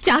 家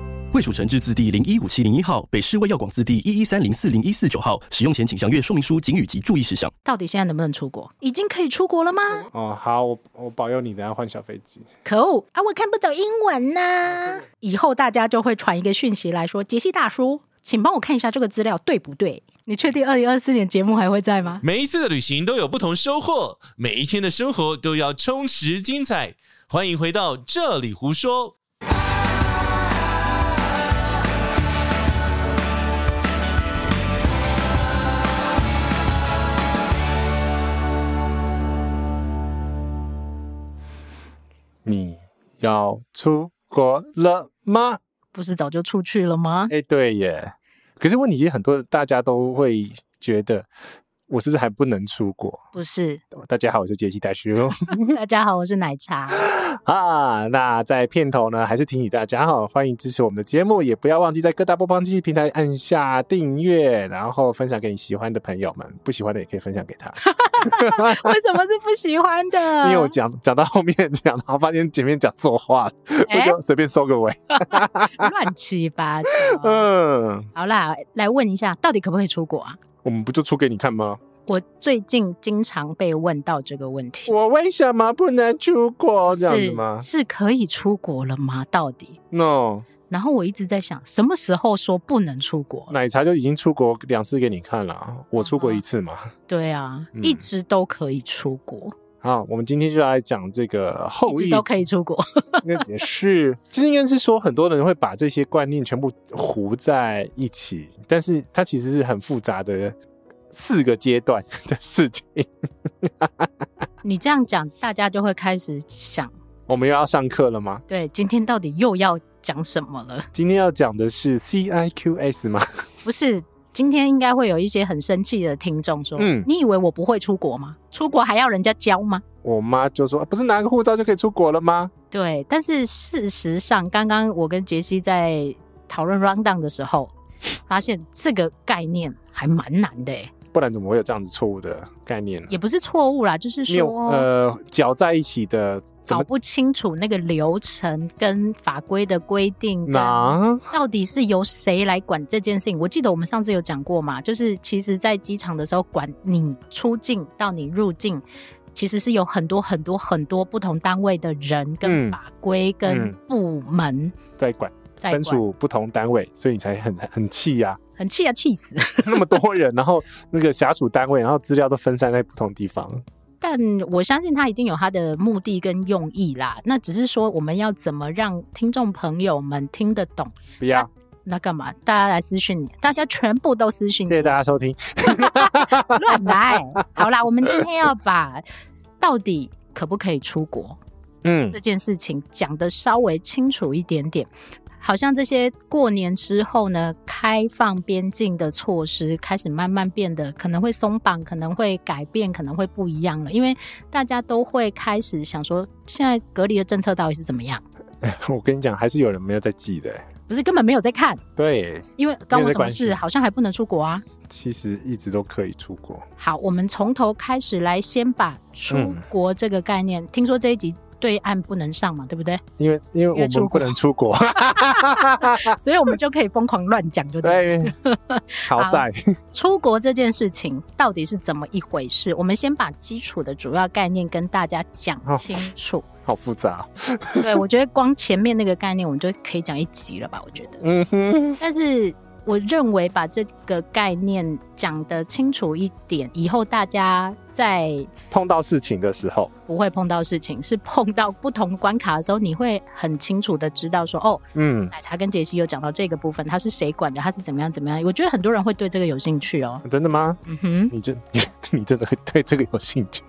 卫蜀成字字第零一五七零一号，北市卫药广字第一一三零四零一四九号。使用前请详阅说明书、警语及注意事项。到底现在能不能出国？已经可以出国了吗？哦，好，我我保佑你，等下换小飞机。可恶啊！我看不懂英文呐、以后大家就会传一个讯息来说：“杰西大叔，请帮我看一下这个资料对不对？你确定二零二四年节目还会在吗每一次的旅行都有不同收获，每一天的生活都要充实精彩。欢迎回到这里胡说。你要出国了吗？？”不是早就出去了吗？哎，对耶。可是问题很多，大家都会觉得我是不是还不能出国？不 是。大家好，我是杰西大叔 大家好，我是奶茶。啊。那在片头呢，还是提醒大家哈，欢迎支持我们的节目，也不要忘记在各大播放器平台按下订阅，然后分享给你喜欢的朋友们，不喜欢的也可以分享给他。为什么是不喜欢的？因为我讲讲到后面讲，然后发现前面讲错话了，哎我就随便收个尾。乱七 八糟。嗯，好啦，来问一下，到底可不可以出国啊？我们不就出给你看吗？我最近经常被问到这个问题，我为什么不能出国这样子吗是是可以出国了吗？到底？ ？No，然后我一直在想，什么时候说不能出国？奶茶就已经出国两次给你看了，我出国一次嘛。对啊，嗯一直都可以出国，好，我们今天就来讲这个后一羿，直都可以，出国。 那也是，这应该是说很多人会把这些观念全部糊在一起，但是它其实是很复杂的四个阶段的事情。你这样讲，大家就会开始想，我们又要上课了吗？对，今天到底又要讲什么了？ 今天要讲的是 CIQS 吗？不是，今天应该会有一些很生气的听众说：“嗯你以为我不会出国吗？出国还要人家教吗我妈就说：“啊不是拿个护照就可以出国了吗？”对，但是事实上，刚刚我跟杰西在讨论 round down 的时候，发现这个概念还蛮难的欸、？”不然怎么会有这样子错误的概念呢？也不是错误啦，就是没有说。呃搅在一起的怎搞么不清楚那个流程跟法规的规定，跟拿？到底是由谁来管这件事情？我记得我们上次有讲过嘛，就是其实，在机场的时候，管你出境到你入境，其实是有很多很多很多不同单位的人、跟嗯法规、跟嗯部门在管在分管，属不同单位，所以你才很很气呀、很气啊，气死！ 那么多人，然后那个辖属单位，然后资料都分散在不同地方。但我相信他一定有他的目的跟用意啦。那只是说，我们要怎么让听众朋友们听得懂？不要，那干嘛？大家来私讯你，大家全部都私讯。谢谢大家收听。乱 来。好啦，我们今天要把到底可不可以出国嗯这件事情讲的稍微清楚一点点。好像这些过年之后呢，开放边境的措施开始慢慢变得可能会松绑，可能会改变，可能会不一样了。因为大家都会开始想说，现在隔离的政策到底是怎么样？ 我跟你讲，还是有人没有在记的、不是根本没有在看，对，因为关我什没有在么关事？心好像还不能出国啊。其实一直都可以出国。好，我们从头开始来，先把出国这个概念。听说这一集对岸不能上嘛，对不对？因为因为因为我出们不国能出国，所以我们就可以疯狂乱讲，就对了。 对， 好好晒。出国这件事情到底是怎么一回事？我们先把基础的主要概念跟大家讲哦清楚。好复杂。对，我觉得光前面那个概念，我们就可以讲一集了吧？我觉得。嗯哼，但是我认为把这个概念讲得清楚一点，以后大家在碰到事情的时候，不会碰到事情，是碰到不同关卡的时候，你会很清楚的知道说，哦，嗯，奶茶跟杰西有讲到这个部分，他是谁管的，他是怎么样怎么样。我觉得很多人会对这个有兴趣哦。真的吗？嗯哼， 你真你真的会对这个有兴趣？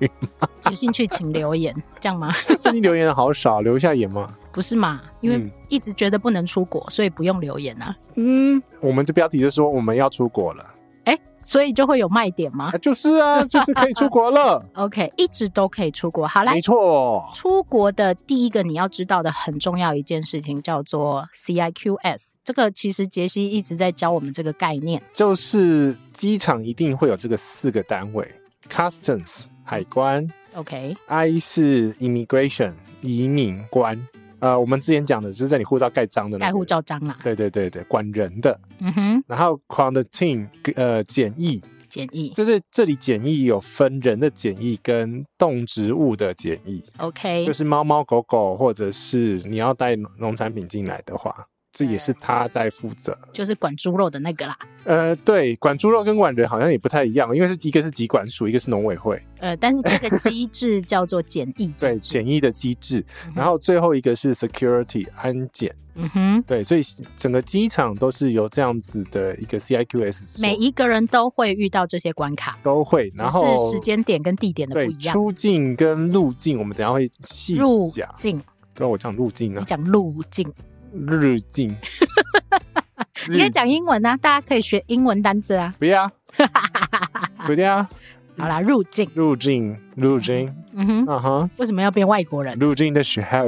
有兴趣请留言，这样吗？ 最近留言的好少，留一下言吗？不是嘛？因为嗯一直觉得不能出国，所以不用留言啊。嗯，我们的标题就说我们要出国了，哎，所以就会有卖点吗 啊就是啊，就是可以出国了， ？OK，一直都可以出国。 好，来没，错，出国的第一个你要知道的很重要一件事情叫做 CIQS，这个其实杰西一直在教我们这个概念。就是机场一定会有这个四个单位：customs 海关 OK， ，I 是 immigration 移民官。呃，我们之前讲的就是在你护照盖章的、那个，盖护，照章啦。对对对对，管人的。嗯哼，然后 quarantine 呃检疫，建议就是这里检疫有分人的检疫跟动植物的检疫， OK，就是猫猫狗狗或者是你要带农农产品进来的话，这也是嗯他在负责。就是管猪肉的那个啦。呃，对，管猪肉跟管人好像也不太一样，因为是一个是疾管署，一个是农委会，呃，但是这个机制叫做检疫对机制。检疫的机制嗯，然后最后一个是 security 安检，嗯哼，对，所以整个机场都是由这样子的一个 CIQS 每一个人都会遇到这些关卡，都会，只然后是时间点跟地点的对不一样。出境跟入境，我们等一下会细入讲。境，对，我讲入境你啊，讲路径，日境， 你可以讲日英文啊，大家可以学英文单字啊。不 要，不要好啦，入境，入境入境，嗯哼，啊哈。为什么要变外国人入境的时 候，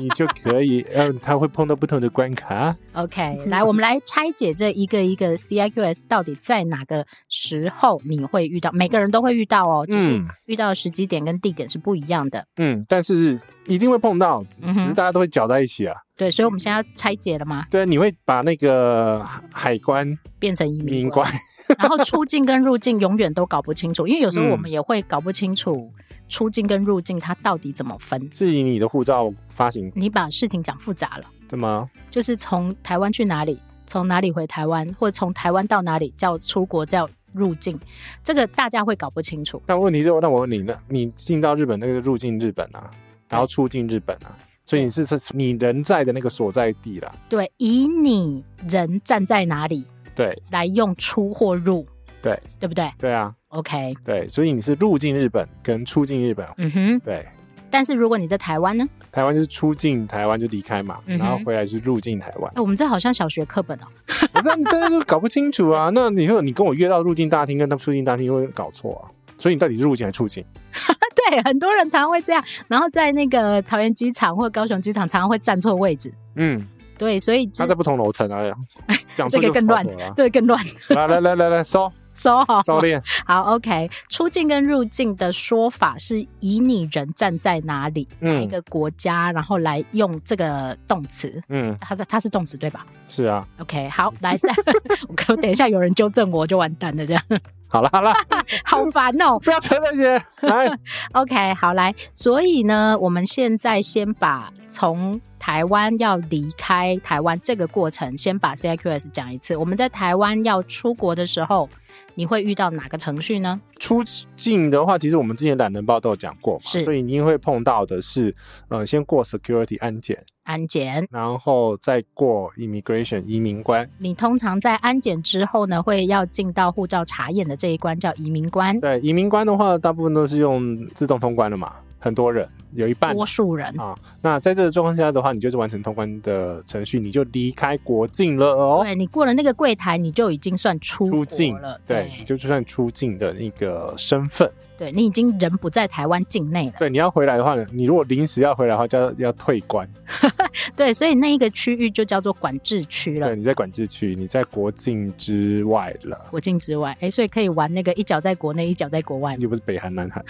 你就可以，嗯，他会碰到不同的关卡。 ？OK，来，我们来拆解这一个一个 CIQS 到底在哪个时候你会遇到，每个人都会遇到哦，只是嗯遇到的时机点跟地点是不一样的。嗯，但是一定会碰到，只嗯哼只是大家都会搅在一起啊。对，所以我们现在要拆解了吗？对，啊你会把那个海关、变成移民民官关， 然后出境跟入境永远都搞不清楚，因为有时候嗯我们也会搞不清楚出境跟入境它到底怎么分。至于你的护照发行你把事情讲复杂了，怎么？就是从台湾去哪里，从哪里回台湾，或者从台湾到哪里叫出国叫入境，这个大家会搞不清楚。那问题是，那我问你，那你进到日本那个入境日本啊，然后出境日本啊，所以你是是你人在的那个所在地啦。对，以你人站在哪里对来用出或入，对对不对对啊， ？OK，对，所以你是入境日本跟出境日本。嗯哼。对，但是如果你在台湾呢？台湾就是出境台湾就离开嘛，嗯哼然后回来就是入境台湾哎、。我们这好像小学课本哦。可是大家都搞不清楚啊。那你说你跟我约到入境大厅，跟他出境大厅会搞错啊。所以你到底是入境还是出境？ 对，很多人常会这样，然后在那个桃园机场或高雄机场，常常会站错位置。嗯，对，所以他这在不同楼层 啊，讲这错个就更乱哦搞错了啊，这个更乱。来来来来来，收收好，收敛。好，OK。出境跟入境的说法是以你人站在哪里，哪一嗯个国家，然后来用这个动词。嗯，它是它是动词对吧是啊。 ？OK，好，来再， 我可等一下有人纠正我就完蛋了，这样好了好了，好烦哦。不要扯那些。 来， OK，好来，所以呢，我们现在先把从台湾要离开台湾这个过程，先把 CIQS 讲一次。我们在台湾要出国的时候，你会遇到哪个程序呢？出境的话，其实我们之前懒人报都有讲过嘛，是所以你一定会碰到的是，呃，先过 security 安检，安检，然后再过 immigration 移民关，你通常在安检之后呢，会要进到护照查验的这一关，叫移民关。对，移民关的话，大部分都是用自动通关的嘛，很多人有一半多。数人啊，那在这个状况下的话，你就是完成通关的程序，你就离开国境了哦。对你过了那个柜台，你就已经算出出国境了。对，你就算出境的那个身份，对你已经人不在台湾境内了。对，你要回来的话呢，你如果临时要回来的话，就要要退关。对，所以那一个区域就叫做管制区了对，。你在管制区，你在国境之外了，国境之外，哎，所以可以玩那个一脚在国内，一脚在国外嘛。又不是北韩南韩。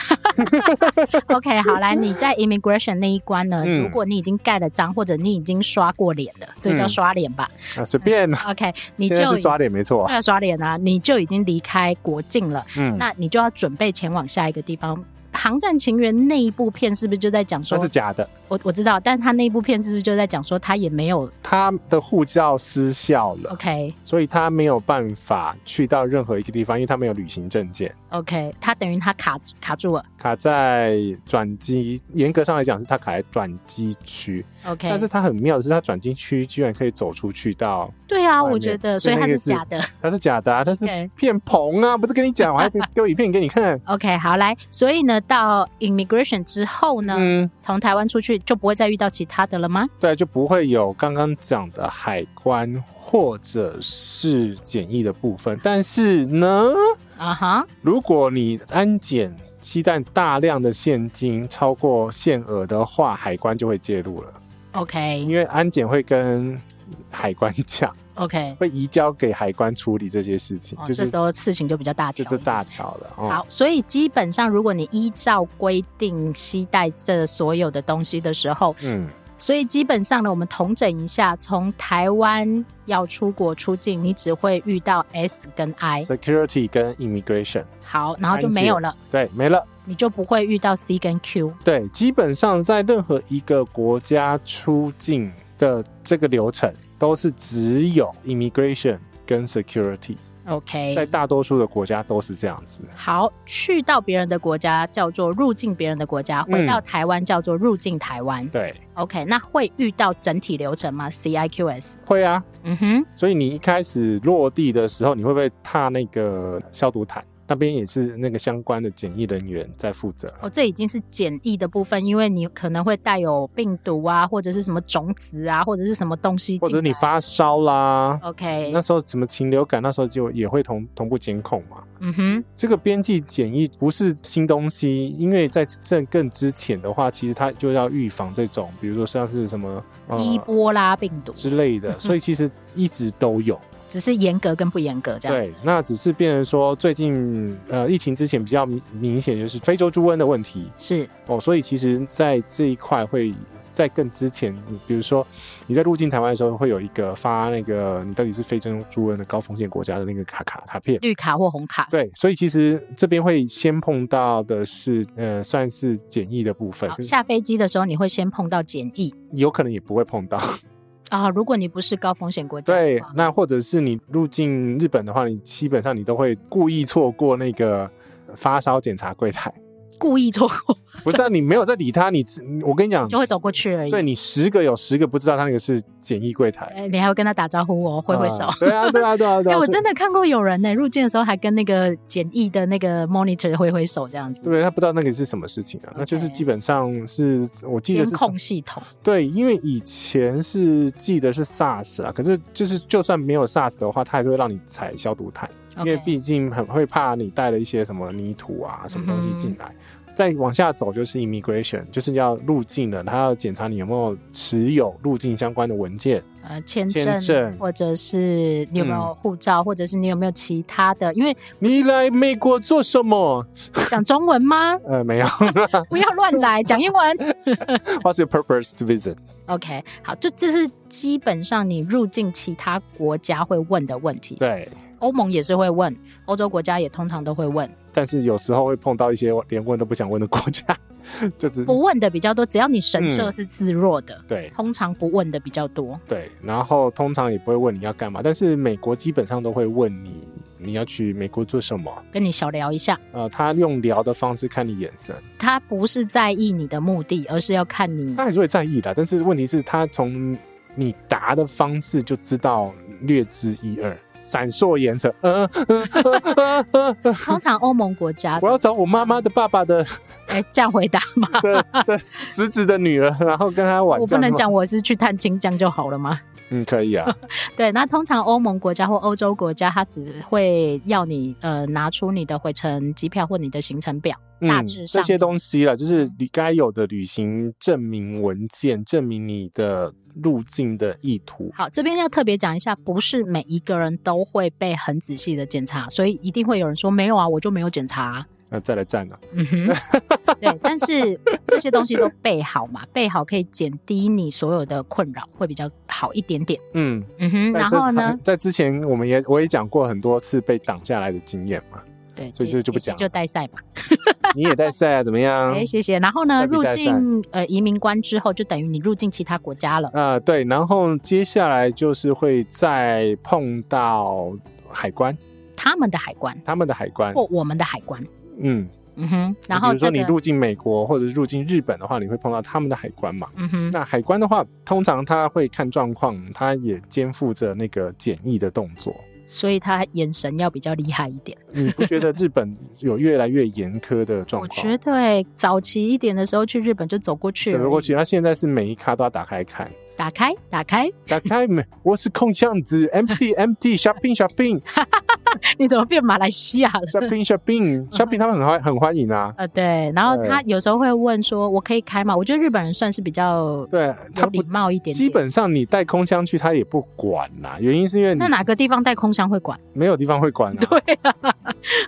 OK，好，来，你在 immigration 那一关呢？嗯如果你已经盖了章，或者你已经刷过脸了，这叫嗯刷脸吧、啊，随便啦， o k 你就现在是刷脸没 错啊。对啊刷脸啊，你就已经离开国境了，嗯，那你就要准备前往下一个地方。《航站情缘》那一部片是不是就在讲说那，是假的，我我知道，但他那一部片是不是就在讲说他也没有他的护照失效了， OK 所以他没有办法去到任何一个地方，因为他没有旅行证件， OK，他等于他卡住卡住了卡在转机。严格上来讲，是他卡在转机区， OK，但是他很妙的是，他转机区居然可以走出去到，对啊，外面我觉得，所所以以那他个是是假的。他是假的、啊，他是 OK 骗棚啊！不是跟你讲，我还丢影片给你看。 OK，好来，所以呢，到 immigration 之后呢，嗯，从台湾出去就不会再遇到其他的了吗？对，啊就不会有刚刚讲的海关或者是检疫的部分。但是呢，啊哈，如果你安检期待大量的现金超过限额的话，海关就会介入了，因 OK 为安检会跟海关讲， OK，会移交给海关处理这些事情，哦，就这是时候事情就比较大条一就是点。大条了。哦、好，所以基本上，如果你依照规定期待这所有的东西的时候，嗯，所以基本上呢，我们统整一下，从台湾要出国出境，你只会遇到 S 跟 I， ，security 跟 immigration，好，然后就没有了，对，没了。你就不会遇到 C 跟 Q。对，基本上在任何一个国家出境的这个流程，都是只有 immigration 跟 security，在 OK，大多数的国家都是这样子。好，去到别人的国家叫做入境别人的国嗯家，回到台湾叫做入境台湾。对， OK，那会遇到整体流程吗？CIQS，会啊。嗯哼，所以你一开始落地的时候，你会不会踏那个消毒毯？那边也是那个相关的检疫人员在负责。哦，这已经是简易的部分，因为你可能会带有病毒啊，或者是什么种子啊，或者是什么东西进来，或者你发烧啦， OK，那时候什么禽流感，那时候就也会同同步监控嘛。嗯哼，这个边际检疫不是新东西，因为在这更之前的话，其实它就要预防这种，比如说像是什么、呃伊波拉病毒之 类的，所以其实一直都有。只是严格跟不严格这样对子。，那只是变成说最近呃疫情之前比较明明显就是非洲猪瘟的问题是哦，所以其实在这一块会。在更之前，你比如说你在入境台湾的时候，会有一个发那个你到底是非洲猪瘟的高风险国家的那个卡卡卡片，绿卡或红卡。对，所以其实这边会先碰到的是，呃，算是简易的部分，好可是下飞机的时候你会先碰到检疫有可能也不会碰到。 啊，如果你不是高风险国家的对话，，那或者是你入境日本的话，你基本上你都会故意错过那个发烧检查柜台，故意错过不是、啊、你没有在理他，你只我跟你讲就会走过去而已。对你十个有十个不知道他那个是检疫柜台，哎，你还要跟他打招呼哦，挥挥手啊。对啊，对啊，对啊，对哎、啊，我所以真的看过有人呢、入境的时候还跟那个简易的那个 monitor 挥挥手这样子，对他不知道那个是什么事情啊，那就是基本上是我记得监是控系统对，因为以前是记得是 SARS 啊，可是就是就算没有 SARS 的话，它还是会让你踩消毒毯因为 OK 毕竟很会怕你带了一些什么泥土啊、什么东西嗯进来。再往下走就是 immigration，就是要入境了，他要检查你有没有持有入境相关的文件。呃签签证，证嗯或者是你有没有护照，或者是你有没有其他的？因为你来美国做什么？？讲中文吗呃，没有。 不要乱来，讲英文。 What's your purpose to visit？ OK，好，就这是基本上你入境其他国家会问的问题。对，欧盟也是会问，欧洲国家也通常都会问，但是有时候会碰到一些连问都不想问的国家， 就只不问的比较多。只要你神社嗯是自弱的，对通常不问的比较多。对，然后通常也不会问你要干嘛，但是美国基本上都会问你你要去美国做什么。跟你小聊一下，呃，他用聊的方式看你眼神，他不是在意你的目的，而是要看 你他还是会在意的，但是问题是，他从你答的方式就知道略知一二，闪烁眼神， 呃，呃呃呃呃通常欧盟国家我，要找我妈妈的爸爸的哎、这样回答 吗？的的侄子的女儿，然后跟他玩。我不能这样讲我是去探亲，这样就好了吗？吗，嗯，可以啊，对，那通常欧盟国家或欧洲国家，它只会要你呃拿出你的回程机票或你的行程表，大嗯致上这些东西了，就是你该有的旅行证明文件，证明你的入境的意图。好，这边要特别讲一下，不是每一个人都会被很仔细的检查，所以一定会有人说没有啊，我就没有检查啊、那再来站了，嗯 哼，对，但是这些东西都备好嘛，备好可以减低你所有的困扰，会比较好一点点。嗯，嗯哼，在然这后呢，在之前我们也我也讲过很多次被挡下来的经验 嘛，对，所以这这就不其实讲就了代赛嘛。你也在赛啊，怎么样哎、？谢谢。然后呢，代比入代赛境呃移民关之后，就等于你入境其他国家了。啊、对，然后接下来就是会再碰到海关，他们的海关他们的海关，或我们的海关。嗯，嗯哼，哦然后比如说这你个，入境美国或者是入境日本的话，你会碰到他们的海关嘛？嗯哼，那海关的话，通常他会看状况，他也肩负着那个检疫的动作，所以他眼神要比较厉害一点。你不觉得日本有越来越严苛的状 我况？觉得、欸、早期一点的时候去日本就走过去而已，如果去，他现在是每一卡都要打开看，打开打开， 打开门，我是空巷子，empty empty shopping shopping 你怎么变马来西亚了？shopping shopping shopping，他们很欢很欢迎啊。呃，对，然后对他有时候会问说：“我可以开吗？”我觉得日本人算是比较对他有不礼，貌一点点基本上你带空箱去，他也不管啦。原因是因为你那哪个地方带空箱会管？没有地方会管啊。 对啊，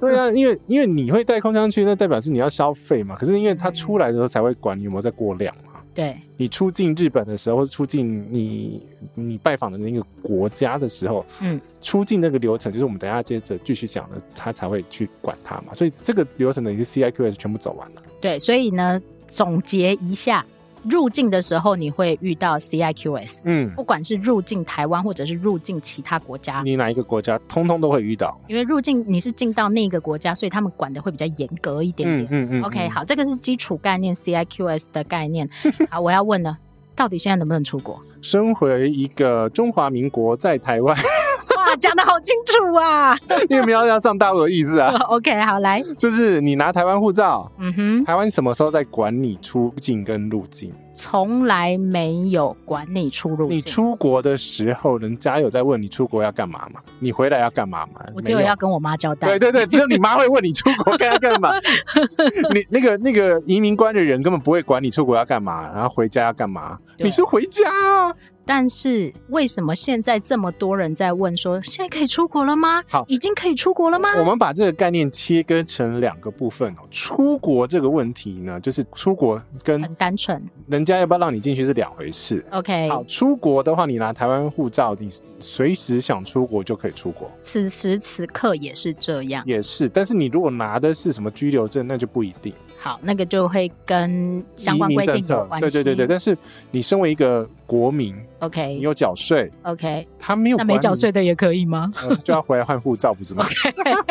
对啊，因为因为你会带空箱去，那代表是你要消费嘛。可是因为他出来的时候才会管你有没有在过量嘛。对，你出境日本的时候，或者出境你你拜访的那个国家的时候，嗯，出境那个流程就是我们等一下接着继续讲的，他才会去管它嘛。所以这个流程等于是 CIQS 全部走完了。对，所以呢，总结一下，入境的时候你会遇到 CIQS，嗯，不管是入境台湾或者是入境其他国家，你哪一个国家，通通都会遇到。因为入境你是进到那个国家，所以他们管的会比较严格一点嗯点。嗯嗯 OK，嗯好，这个是基础概念 CIQS 的概念。好，我要问了，到底现在能不能出 国？身为一个中华民国在台湾， 哇，讲的好清楚啊 你有没有要上大陆的意思啊？ ！OK，好，来，就是你拿台湾护照，嗯哼，台湾什么时候在管你出境跟入境？从来没有管你出入境，你出国的时候，人家有在问你出国要干嘛吗？你回来要干嘛吗？我只有没要。跟我妈交代。对对对，只有你妈会问你出国该要干 嘛。你那个那个移民官的人根本不会管你出国要干嘛，然后回家要干嘛。对你是回家啊？但是为什么现在这么多人在问说，现在可以出国了吗？好已经可以出国了吗？我们把这个概念切割成两个部分哦。出国这个问题呢，就是出国跟很单纯人家要不要让你进去是两回事。 ，OK。好，出国的话，你拿台湾护照，你随时想出国就可以出国，此时此刻也是这样。也是。但是你如果拿的是什么居留证，那就不一定。好，那个就会跟相关移规民定政有策，关系。对对对对。但是你身为一个国民，你 OK 有缴税， OK，他没有哎那没管缴你税、的也可以吗？呃就要回来换护照，不 是吗？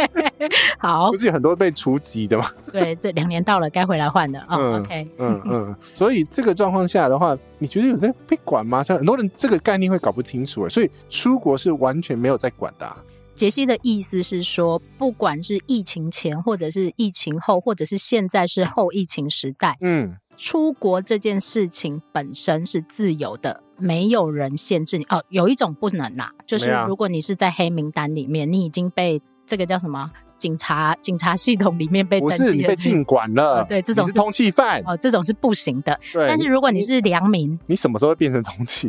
好不，是有很多被除 籍的吗？对，这两年到了，该回来换了啊。嗯 OK，嗯嗯。所以这个状况下的话，你觉得有在被管吗？像很多人这个概念会搞不清楚，欸所以出国是完全没有在管的啊、杰西的意思是说，不管是疫情前，或者是疫情后，或者是现在是后疫情时代，嗯，出国这件事情本身是自由的，没有人限制你。哦，有一种不能啦、就是没啊如果你是在黑名单里面，你已经被这个叫什么警察警察系统里面被不登是记你的被这种，禁管了，哦对这种你是是通缉犯。哦，这种是不行的。对，但是如果你是良民， 你什么时候会变成通缉？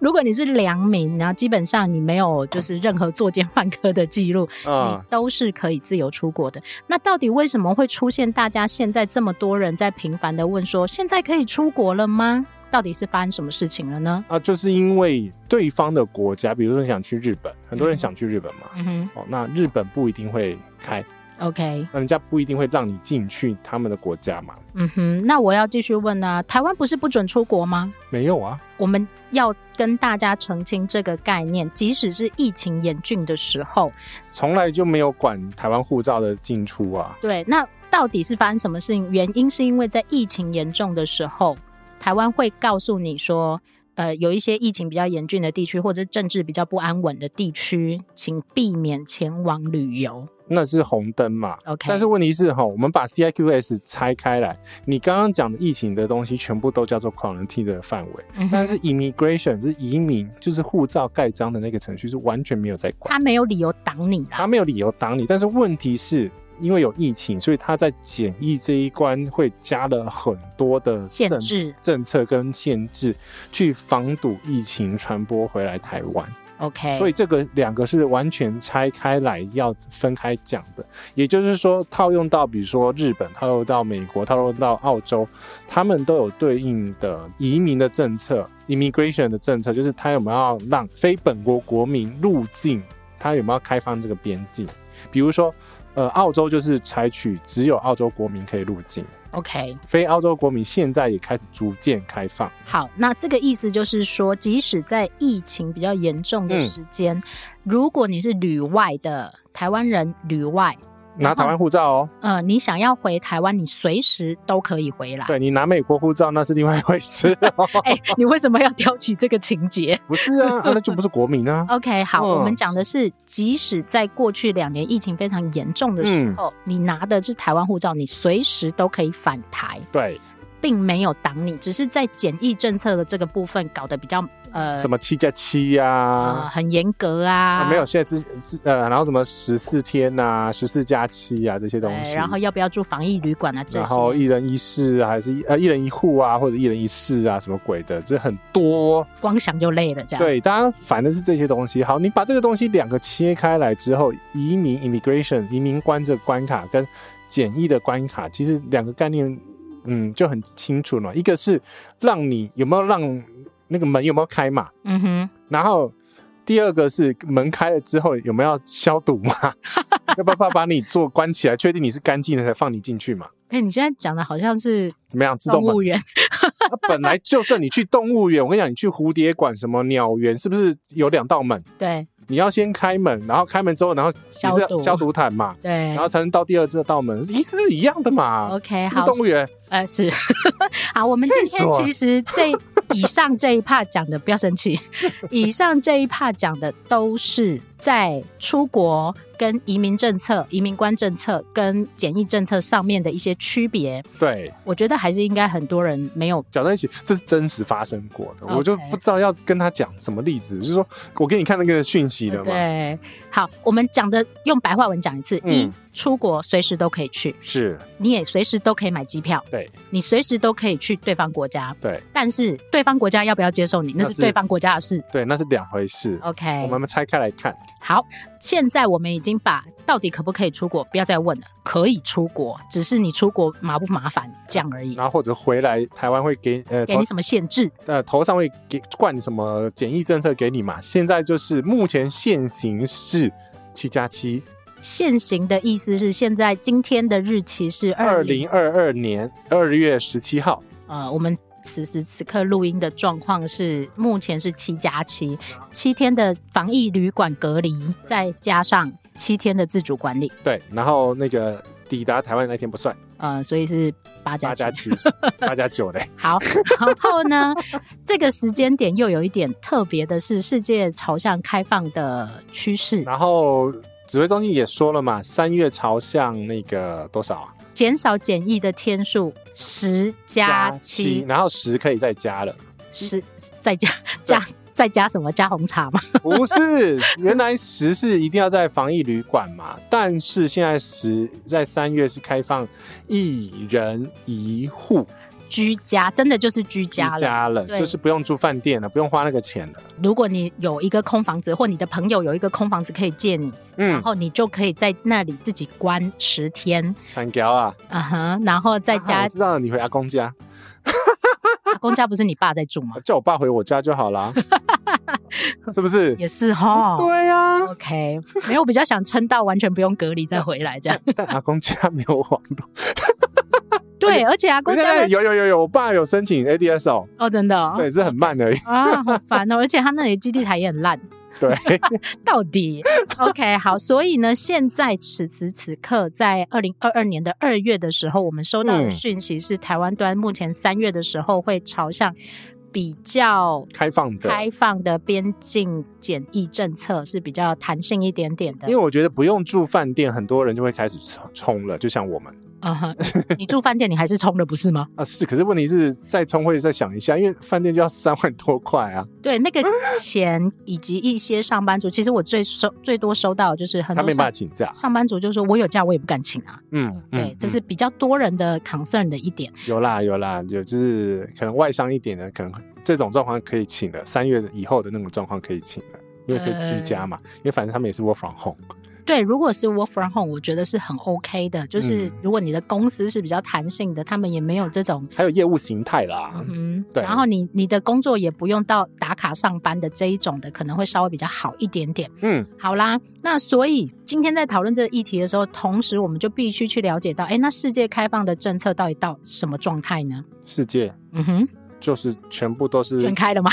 如果你是良民，然后基本上你没有就是任何作奸犯科的记录，你啊、都是可以自由出国的。那到底为什么会出现大家现在这么多人在频繁的问说，现在可以出国了吗？到底是发生什么事情了呢？啊，就是因为对方的国家，比如说你想去日本，很多嗯人想去日本嘛，嗯哼哦，那日本不一定会开， ，OK，那人家不一定会让你进去他们的国家嘛？嗯哼，那我要继续问啊，台湾不是不准出国吗？没有啊，我们要跟大家澄清这个概念，即使是疫情严峻的时候，从来就没有管台湾护照的进出啊。对，那到底是发生什么事情？原因是因为在疫情严重的时候，台湾会告诉你说，呃，有一些疫情比较严峻的地区，或者是政治比较不安稳的地区，请避免前往旅游。那是红灯嘛 OK 但是问题是哈，我们把 CIQS 拆开来，你刚刚讲的疫情的东西全部都叫做 quarantine 的范围，嗯哼但是 immigration 就是移民，就是护照盖章的那个程序是完全没有在管。他没有理由挡你啦。他没有理由挡你，但是问题是因为有疫情，所以他在检疫这一关会加了很多的限政制政策跟限制，去防堵疫情传播回来台湾。 OK，所以这个两个是完全拆开来要分开讲的。也就是说，套用到比如说日本，套用到美国，套用到澳洲，他们都有对应的移民的政策 （immigration 的政策），就是他有没有要让非本国国民入境，他有没有开放这个边境。比如说，呃，澳洲就是采取只有澳洲国民可以入境， OK，非澳洲国民现在也开始逐渐开放。好，那这个意思就是说，即使在疫情比较严重的嗯时间，如果你是旅外的台湾人，旅外拿台湾护照哦，呃，你想要回台湾，你随时都可以回来。对你拿美国护照那是另外一回事，哦哎、你为什么要挑起这个情节不是啊，啊那就不是国 民啊。 ？OK，好，嗯我们讲的是，即使在过去两年疫情非常严重的嗯时候，你拿的是台湾护照，你随时都可以返台，对，并没有挡你，只是在检疫政策的这个部分搞得比较呃什么七加七呀、呃啊很严格啊，没有，现在之之呃，然后什么十四天呐、十四加七啊这些东对西，然后要不要住防疫旅馆啊这然些。后一人一室啊，还是一呃一人一户啊，或者一人一室啊，什么鬼的，这很多。光想就累了，这样。对，大家烦的是这些东西。好，你把这个东西两个切开来之后，移民 （immigration） 移民关这个关卡跟简易的关卡，其实两个概念，嗯，就很清楚了。一个是让你有没有让那个门有没有开嘛，嗯哼，然后第二个是门开了之后有没有要消毒嘛， 要不要把把你做关起来，确定你是干净的才放你进去嘛？哎、你现在讲的好像是怎么样？自动动门物园，啊本来就是你去动物园，我跟你讲，你去蝴蝶馆、什么鸟园，是不是有两道门？ 对你要先开门，然后开门之后，然后消你是要毒消毒毯嘛，对然。后才能到第二这道门，意思是一样的嘛。 OK，是不好是，动物园呃，是 好，我们今气死天我了其实这以上这一 part 讲的，不要生气，以上这一 part 讲的都是在出国跟移民政策、移民关政策跟检疫政策上面的一些区别。对，我觉得还是应该很多人没有，讲在一起，这是真实发生过的， OK 我就不知道要跟他讲什么例子，就是说我给你看那个讯息了嘛，对，好，我们讲的用白话文讲一次：嗯一，出国随时都可以去，是，你也随时都可以买机票，对你随时都可以去对方国家，对但是对方国家要不要接受你，那那是是对方国家的事。对，那是两回事。 OK，我们拆开来看，好，现在我们已经把到底可不可以出国不要再问了，可以出国，只是你出国麻不麻烦这样而已，然后或者回来台湾会给呃给投你什么限制？呃头上会给灌什么检疫政策给你嘛？现在就是目前现行是七加七，现行的意思是现在今天的日期是二二零，零二二年二月十七号，呃，我们。此时此刻录音的状况是，目前是七加七，七天的防疫旅馆隔离，再加上七天的自主管理，对，然后那个抵达台湾那天不算，呃，所以是八加八七加七，八加 九嘞， 好，然后呢，这个时间点又有一点特别的是，世界朝向开放的趋势，然后。指挥中心也说了嘛，三月朝向那个多少啊？减少检疫的天数十加七，然后十可以再加了。十再加加再加什么？加红茶吗？不是，原来十是一定要在防疫旅馆嘛， 但是现在十在三月是开放一人一户居家真的就是居居家了。家了，对就是不用住饭店了，不用花那个钱了。如果你有一个空房子，或你的朋友有一个空房子可以借你，然嗯，后你就可以在那里自己关十天，三条啊，嗯哼，然后在啊家我知道了，你回阿公家，阿公家不是你爸在住吗？叫我爸回我家就 好啦，是不是？也是哦哈。对呀、啊， OK，没有，我比较想撑到完全不用隔离再回来这样。但阿公家没有网络。对，而且阿公家 对的有有有有，我爸有申请 ADSL，、哦、哦，真的、哦、对，是很慢而已。 啊，好烦哦。而且他那里基地台也很烂，对，到底 OK 好。所以呢，现在此时此刻，在二零二二年的二月的时候，我们收到的嗯讯息是，台湾端目前三月的时候会朝向比较。开放的。开放的边境检疫政策是比较弹性一点点的因为，我觉得不用住饭店，很多人就会开始冲冲了，就像我们嗯哼，你住饭店你还是冲了不是吗？啊，是。可是问题是，再冲会再想一下，因为饭店就要三万多块啊，对，那个钱以及一些上班族，其实我最收最多收到的就是很他多没办法上请假。上班族就说我有假我也不敢请啊。嗯，对，嗯这是比较多人的 concern 的一点。嗯有啦有啦，有就是可能外商一点的，可能这种状况可以请了，三月以后的那种状况可以请了。因为可以居家呃嘛，因为反正他们也是 work from home，对，如果是 work from home，我觉得是很 OK 的。就是嗯如果你的公司是比较弹性的，他们也没有这种。还有业务形态啦，嗯，对然后你你的工作也不用到打卡上班的这一种的，可能会稍微比较好一点点。嗯，好啦，那所以今天在讨论这个议题的时候，同时我们就必须去了解到，哎，那世界开放的政策到底到什么状态呢？世界嗯哼，就是全部都是全开了吗？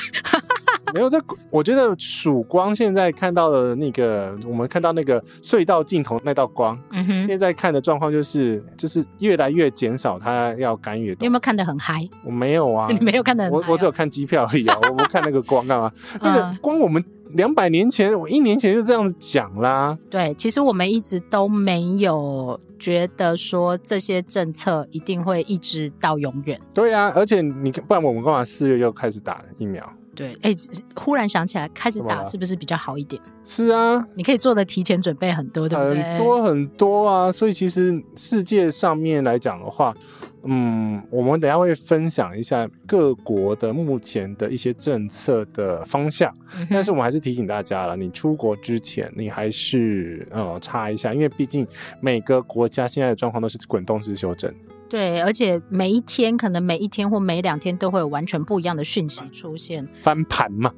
没有这，我觉得曙光现在看到的那个，我们看到那个隧道尽头那道光，嗯 哼，你现在看的状况就是，就是越来越减少它要干预的东有西。没有看得很嗨？我没有啊，你没有看得很嗨我哦、嗯我只有看机票 而已啊，我不看那个光干嘛？那个光我们两百年前，我一年前就这样子讲啦。对，其实我们一直都没有觉得说这些政策一定会一直到永远。对啊，而且你看，不然我们干嘛四月又开始打疫苗？对，哎，忽然想起来，开始怎么打了是不是比较好一点？是啊，你可以做的提前准备很多，对不对？很多很多啊。所以其实世界上面来讲的话，嗯，我们等一下会分享一下各国的目前的一些政策的方向。嗯哼，但是我们还是提醒大家了，你出国之前，你还是呃查一下，因为毕竟每个国家现在的状况都是滚动式修正。对，而且每一天可能每一天或每两天都会有完全不一样的讯息出现。翻盘嘛，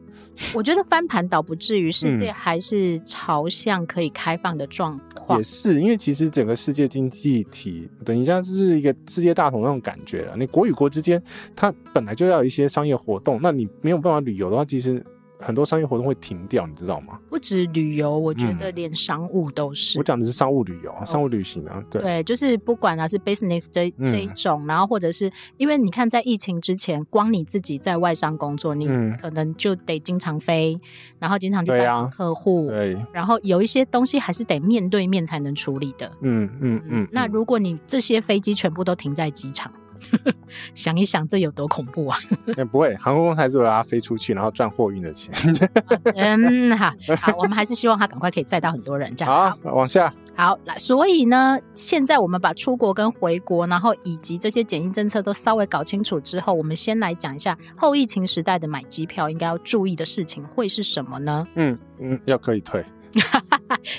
我觉得翻盘倒不至于，世界嗯还是朝向可以开放的状况也。是因为其实整个世界经济体，等一下是一个世界大同那种感觉了。你国与国之间，它本来就要有一些商业活动，那你没有办法旅游的话，其实很多商业活动会停掉，你知道吗？不止旅游，我觉嗯得连商务都是。我讲的是商务旅游啊，商务旅行啊，对，对，就是不管啊是 business 这嗯这一种，然后或者是因为你看在疫情之前，光你自己在外商工作，你嗯可能就得经常飞，然后经常去对拜啊访客户，对，嗯然后有一些东西还是得面对面才能处理的。嗯嗯嗯。那如果你这些飞机全部都停在机场， 想一想这有多恐怖啊！嗯那不会，航空公司还是会把它飞出去，然后赚货运的钱。 嗯，好，好，我们还是希望它赶快可以载到很多人，这样好，往下。好，来，所以呢，现在我们把出国跟回国，然后以及这些检疫政策都稍微搞清楚之后，我们先来讲一下后疫情时代的买机票应该要注意的事情会是什么呢？嗯嗯，要可以退。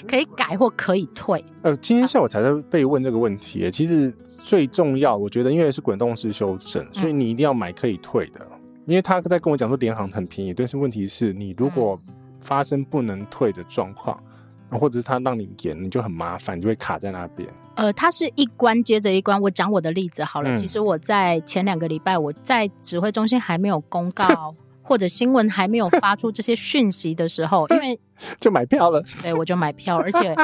可以改或可以退。呃，今天下午才在被问这个问题耶。其实最重要，我觉得因为是滚动式修正，所以嗯你一定要买可以退的。因为他在跟我讲说联航很便宜，但是问题是你嗯如果发生不能退的状况，或者是他让你延，你就很麻烦，你就会卡在那边。呃，它是一关接着一关。我讲我的例子好了。嗯其实我在前两个礼拜，我在指挥中心还没有公 告或者新闻还没有发出这些讯息的时候，因为就买票了，对我就买票，而且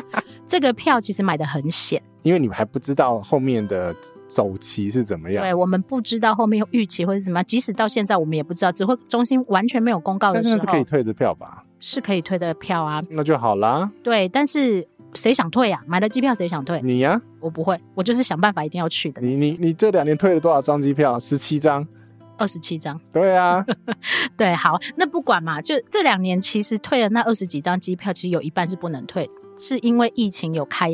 这个票其实买的很险。因为你还不知道后面的走棋是怎么样对。我们不知道后面预期会是什么样，即使到现在我们也不知道，指挥中心完全没有公告的但时是候那是可以退的票吧？是可以退的票啊。那就好啦，对，但是谁想退啊？买了机票谁想退？你呀、我不会，我就是想办法一定要去的。你你你这两年退了多少张机票？十七张。二十七张，对啊，对，好，那不管嘛，就这两年其实退了那二十几张机票，其实有一半是不能退，是因为疫情有开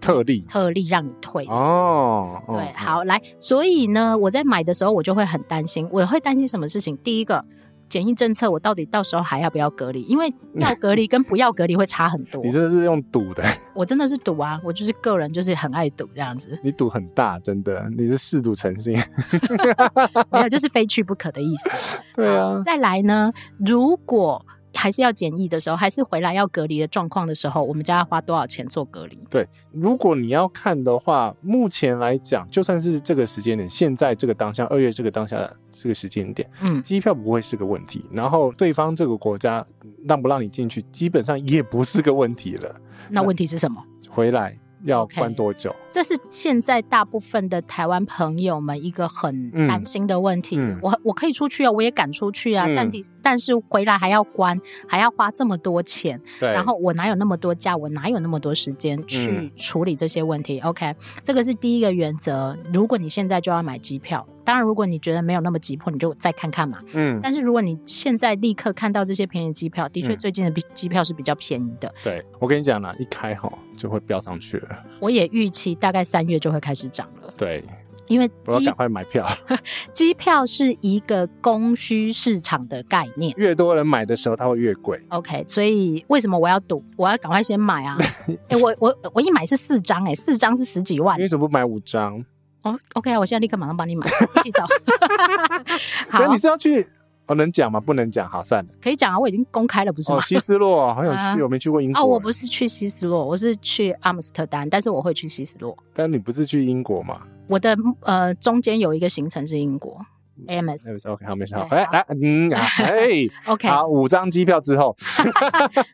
特 例特例让你退的。哦。哦对，，好来，所以呢，我在买的时候我就会很担心，我会担心什么事情？第一个，检疫政策我到底到时候还要不要隔离？因 为要隔离跟不要隔离会差很多你。真的是用赌的，，我真的是赌啊，我就是个人就是很爱赌这样子你赌很大，真的，你是嗜赌成性。没有就是非去不可的意思。 对啊，再来呢，如果还是要检疫的时候，还是回来要隔离的状况的时候，我们家要花多少钱做隔离？对，如果你要看的话，目前来讲，就算是这个时间点，现在这个当下，二月这个当下的这个时间点，嗯，机票不会是个问题，然后对方这个国家让不让你进去，基本上也不是个问题了。那问题是什么？回来要 OK 关多久？这是现在大部分的台湾朋友们一个很嗯担心的问题。嗯我我可以出去啊，我也敢出去啊，嗯但但是回来还要关，还要花这么多钱，对然后我哪有那么多假，我哪有那么多时间去嗯处理这些问题、o k 这个是第一个原则。如果你现在就要买机票，当然如果你觉得没有那么急迫，你就再看看嘛。嗯，但是如果你现在立刻看到这些便宜机票，的确嗯最近的比机票是比较便宜的，对我跟你讲啦，一开吼就会飙上去了。我也预期大概三月就会开始涨了，对，因为我要机赶快买票。 机票是一个供需市场的概念。越多人买的时候，它会越贵。 OK，所以为什么我要赌？我要赶快先买 啊！哎、我我我一买是四张、哎，四张是十几万你。为什么不买五张？哦，OK 啊，我现在立刻马上帮你买，一起走。 好可，你是要去？哦，能讲吗？不能讲，好，算了。可以讲啊，我已经公开了，不是吗哦，？西斯洛好想去，啊我没去过英国。哦，我不，是去西斯洛，我是去阿姆斯特丹，但是我会去西斯洛。但你不是去英国嘛？我的呃中间有一个行程是英国，嗯 AMS。 OK，好，没事，好，对哎，来，嗯，啊哎， OK，好，五张机票之后，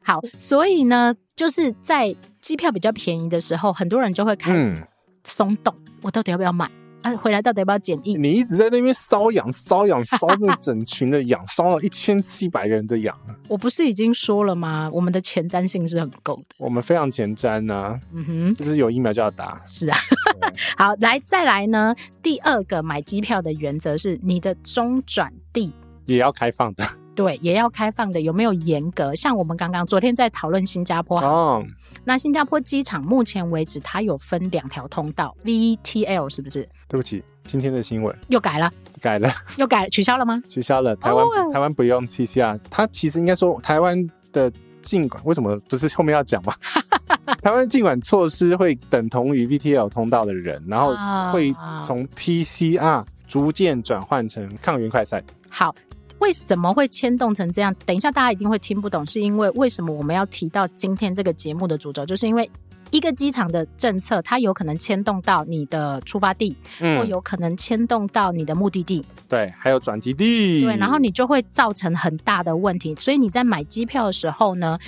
好，所以呢，就是在机票比较便宜的时候，很多人就会开始嗯，松动，我到底要不要买？啊，回来到底要不要检疫？你一直在那边瘙痒，瘙痒，瘙那整群的痒，瘙了一千七百人的痒，我不是已经说了吗？我们的前瞻性是很够的。我们非常前瞻呐，嗯哼，是不是有疫苗就要打？是啊。 好，来再来呢，第二个买机票的原则是你的中转地。也要开放的对，也要开放的，有没有严格？像我们刚刚昨天在讨论新加坡，哦，那新加坡机场目前为止它有分两条通道，VTL 是不是对不起，今天的新闻又改了？改了，又改了，取消了吗？取消了。台湾、哦台湾不用 TCR，它其实应该说台湾的尽管为什么不是后面 要讲吗？台湾尽管措施会等同于 VTL 通道的人，然后啊会从 PCR 逐渐转换成抗原快筛。好，为什么会牵动成这样？等一下大家一定会听不懂，是因为为什么我们要提到今天这个节目的主轴，就是因为。一个机场的政策，它有可能牵动到你的出发地，或嗯，哦有可能牵动到你的目的地，对，还有转基地。对，然后你就会造成很大的问题。所以你在买机票的时候呢，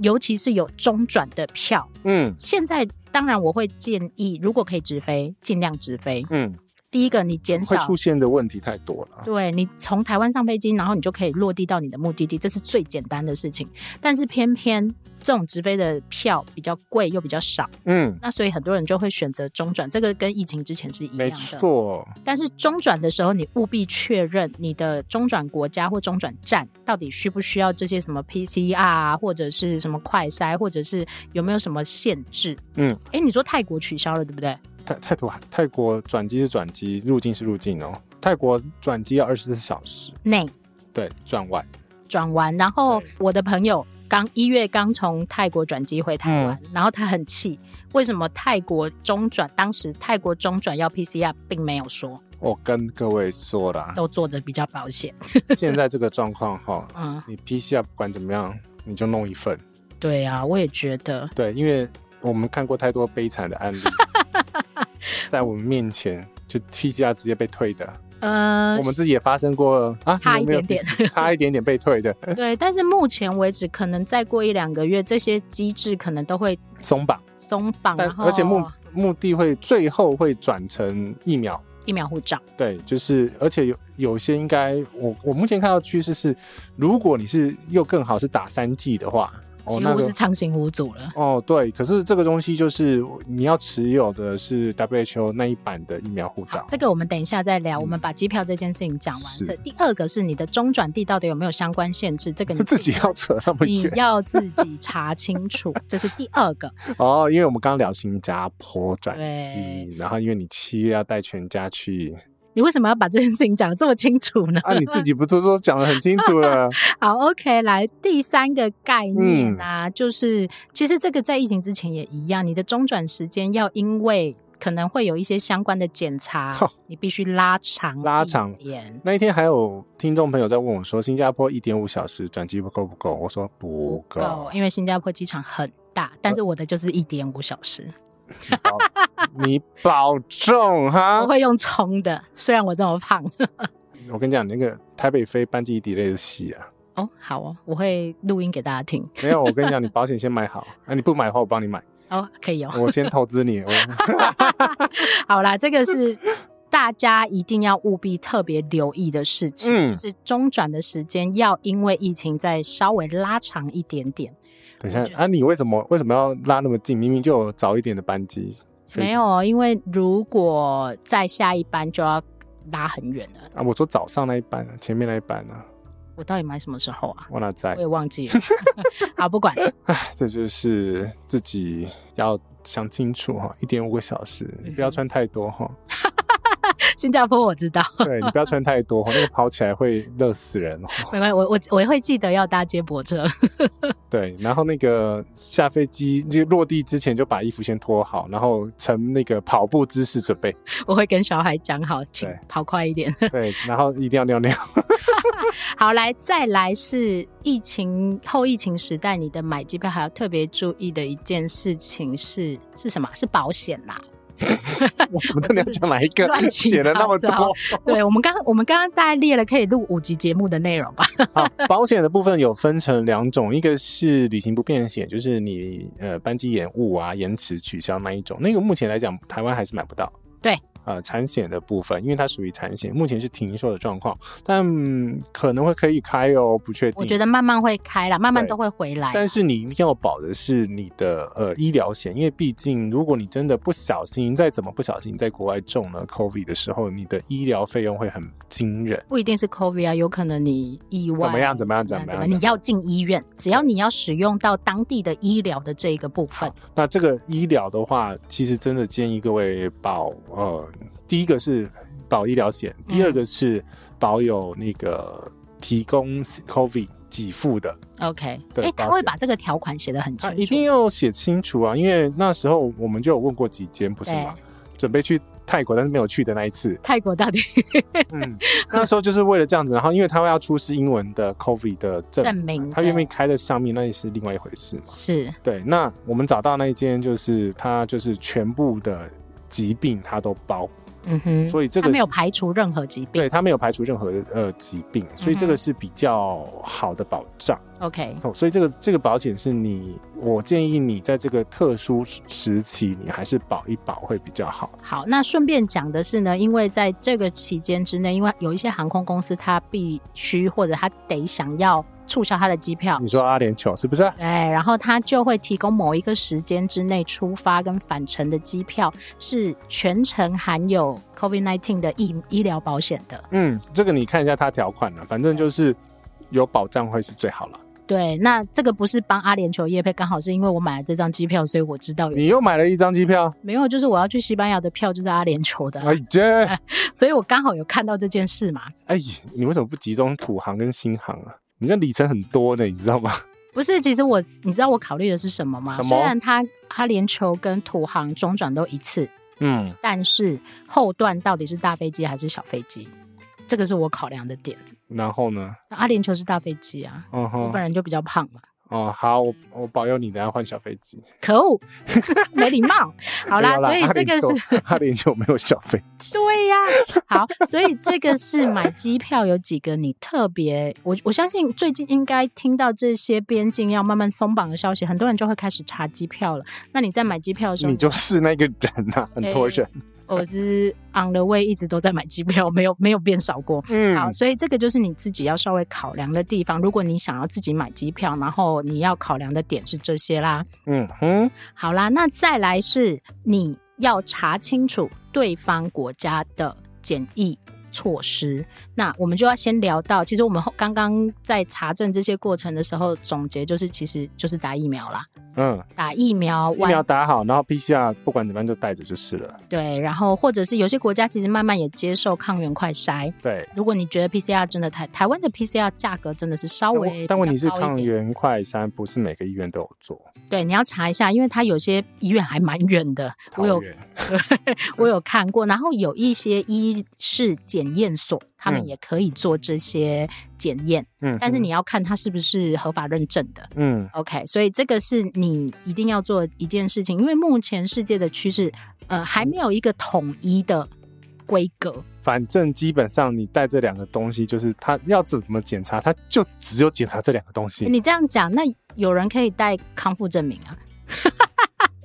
尤其是有中转的票，嗯现在当然我会建议，如果可以直飞，尽量直飞。嗯，第一个，你减会少出现的问题太多了。对你从台湾上飞机，然后你就可以落地到你的目的地，这是最简单的事情。但是偏偏这种直飞的票比较贵又比较少，嗯，那所以很多人就会选择中转，这个跟疫情之前是一没样的。错。但是中转的时候，你务必确认你的中转国家或中转站到底需不需要这些什么 PCR 啊，或者是什么快筛，或者是有没有什么限制。嗯，诶，你说泰国取消了，对不对？泰泰国泰国转机是转机，入境是入境哦。泰国转机要二十四小时，内对，转弯。转完，然后对我的朋友刚一月刚从泰国转机回台湾，嗯然后他很气，为什么泰国中转当时泰国中转要 PCR，并没有说我跟各位说啦，都坐着比较保险。现在这个状况哈，嗯，你 PCR 不管怎么样，你就弄一份。对啊，我也觉得对，因为我们看过太多悲惨的案例， 在我们面前就 PCR 直接被退的，呃我，们自己也发生过啊，差你有没有一点 PCR 差一点点被退 的对，但是目前为止，可能再过一两个月，这些机制可能都会松绑，松绑，但然后而且目目的会最后会转成疫苗。疫苗护照，对，就是，而且有有些应该，我我目前看到趋势是，如果你是又更好是打三剂的话，哦，几那乎个是畅行无阻了。哦，对，可是这个东西就是你要持有的是 WHO 那一版的疫苗护照，这个我们等一下再聊，嗯我们把机票这件事情讲完。是这第二个是你的中转地到底有没有相关限制，这个你 自己要扯那么 你远要自己查清楚，这是第二个。哦，因为我们刚刚聊新加坡转机嗯对，然后因为你七月要带全 家去你为什么要把这件事情讲得这么清楚呢？啊，你自己不是说讲的很清楚了？好，OK，来第三个概嗯念啊，就是其实这个在疫情之前也一样，你的中转时间要因为可能会有一些相关的检查好，你必须拉长拉长一点。那一天还有听众朋友在问我说，新加坡一点五小时转机不够不够？我说不够呃够，， 因为新加坡机场很大，但是我的就是一点五小时，你保你保重哈我！会用冲的，虽然我这么胖。 我跟你讲，那个台北飞班机 delay 的戏啊，哦，好哦，我会录音给大家听。没有，我跟你讲，你保险先买好，啊，你不买的话我 帮你买。哦，可以哦。我先投资你，我 好啦，这个是大家一定要务必特别留意的事情，嗯就是中转的时间要因为疫情再稍微拉长一点点。等一下啊，你为什么为什么要拉那么近？明明就有早一点的班机，没有哦，因为如果再下一班就要拉很远了。啊？我说早上那一班，前面那一班啊，我到底买什么时候啊？我哪在我？也忘记了。 好，不管，这就是自己要想清楚哈，一点五个小时，嗯你不要穿太 多哈。新加坡我知道，对你不要穿太多哈，那个跑起来会热死人哦。没关系，我我我会记得要搭接驳车。对，然后那个下飞机就落地之前就把衣服先脱好，然后成那个跑步姿势准备。我会跟小孩讲好，请对跑快一点。对，然后一定要尿尿。 好，来再来是疫情后疫情时代，你的买机票还要特别注意的一件事情是是什么？是保险啦。我怎么真的要讲哪一个？ 乱七写了那八么糟多。对我们刚我们刚刚大概列了可以录五集节目的内容吧。好，保险的部分有分成两种，一个是旅行不便险，就是你呃班机延误啊、延迟、取消那一种，那个目前来讲台湾还是买不到。对。呃，产险的部分，因为它属于产险，目前是停售的状况，但嗯可能会可以开哦，不确定。我觉得慢慢会开啦，慢慢对都会回来。但是你一定要保的是你的呃医疗险，因为毕竟如果你真的不小心，再怎么不小心，在国外中了 COVID 的时候，你的医疗费用会很惊人。不一定是 COVID 啊，有可能你意外怎么样？怎么样？怎那么怎样？么怎么你样要进医院，只要你要使用到当地的医疗的这一个部分，那这个医疗的话，其实真的建议各位保呃，第一个是保医疗险，第二个是保有那个提供 COVID 给付的， OK，对哎、保他会险把这个条款写得很他清一楚定。要写清楚啊，因为那时候我们就有问过几间，不是吗？准备去泰国，但是没有去的那 一次，泰国到底嗯，那时候就是为了这样子，然后因为他要出示英文的 COVID 的证证明他愿对。不愿意开在上面，那也是另外一回事嘛是对，那我们找到那一间，就是他就是全部的疾病他都包，嗯哼，所以这他个没有是排除任何疾病对。他没有排除任何呃疾病，所以嗯这个哼是比较好的保障。 OK，哦所以这个这个保险是你，我建议你在这个特殊时期，你还是保一保会比较好。好，那顺便讲的是呢，因为在这个期间之内，因为有一些航空公司它必须或者它得想要促销它的机票你，说阿联酋是不是？啊对，然后它就会提供某一个时间之内出发跟返程的机票，是全程含有 COVID-19 的医医疗保险的。嗯，这个你看一下它条款了、反正就是有保障会是最好了。对，那这个不是帮阿联酋业配，刚好是因为我买了这张机票，所以我知道有你又买了一张机票，没有，就是我要去西班牙的票就是阿联酋的啊、哎姐，所以我刚好有看到这件事嘛。哎，你为什么不集中土航跟新航啊？你这里程很多的，你知道吗？不是，其实我你知道我考虑的是什么吗？什么虽然它阿联酋跟土航中转都一次，嗯，但是后段到底是大飞机还是小飞机，这个是我考量的点。 然后呢？那阿联酋是大飞机啊，嗯我本哼，人就比较胖嘛，哦，好，我我保佑你，等下换小飞机。可恶， 没礼 貌。好没啦，有所以这个是 阿联酋阿联酋没有小 飞机，对呀、好，所以这个是买机票有几个你特别，我我相信最近应该听到这些边境要慢慢松绑的消息，很多人就会开始查机票了。那你在买机票的时候，你就是那个人 呐、很多人。我是 on the way 一直都在买机票，没有没有变少过。好，嗯，所以这个就是你自己要稍微考量的地方。如果你想要自己买机票，然后你要考量的点是这些啦。嗯哼，好啦，那再来是你要查清楚对方国家的检疫措施。那我们就要先聊到，其实我们后刚刚在查证这些过程的时候，总结就是，其实就是打疫苗啦，嗯，打疫苗疫苗打好，然后 PCR 不管怎么样就带着就是了。对，然后或者是有些国家其实慢慢也接受抗原快筛。对，如果你觉得 PCR 真的台台湾的 PCR 价格真的是稍但微问但问题是比较高一抗点原快筛不是每个医院都有做，对，你要查一下，因为它有些医院还蛮远的，我桃有园 我有看过，然后有一些医事检验所，他们嗯也可以做这些检验，嗯，但是你要看它是不是合法认证的。嗯 OK，所以这个是你一定要做一件事情，因为目前世界的趋势，嗯呃，还没有一个统一的规格。反正基本上你带这两个东西，就是他要怎么检查，他就只有检查这两个东西，你这样讲，那有人可以带康复证明啊，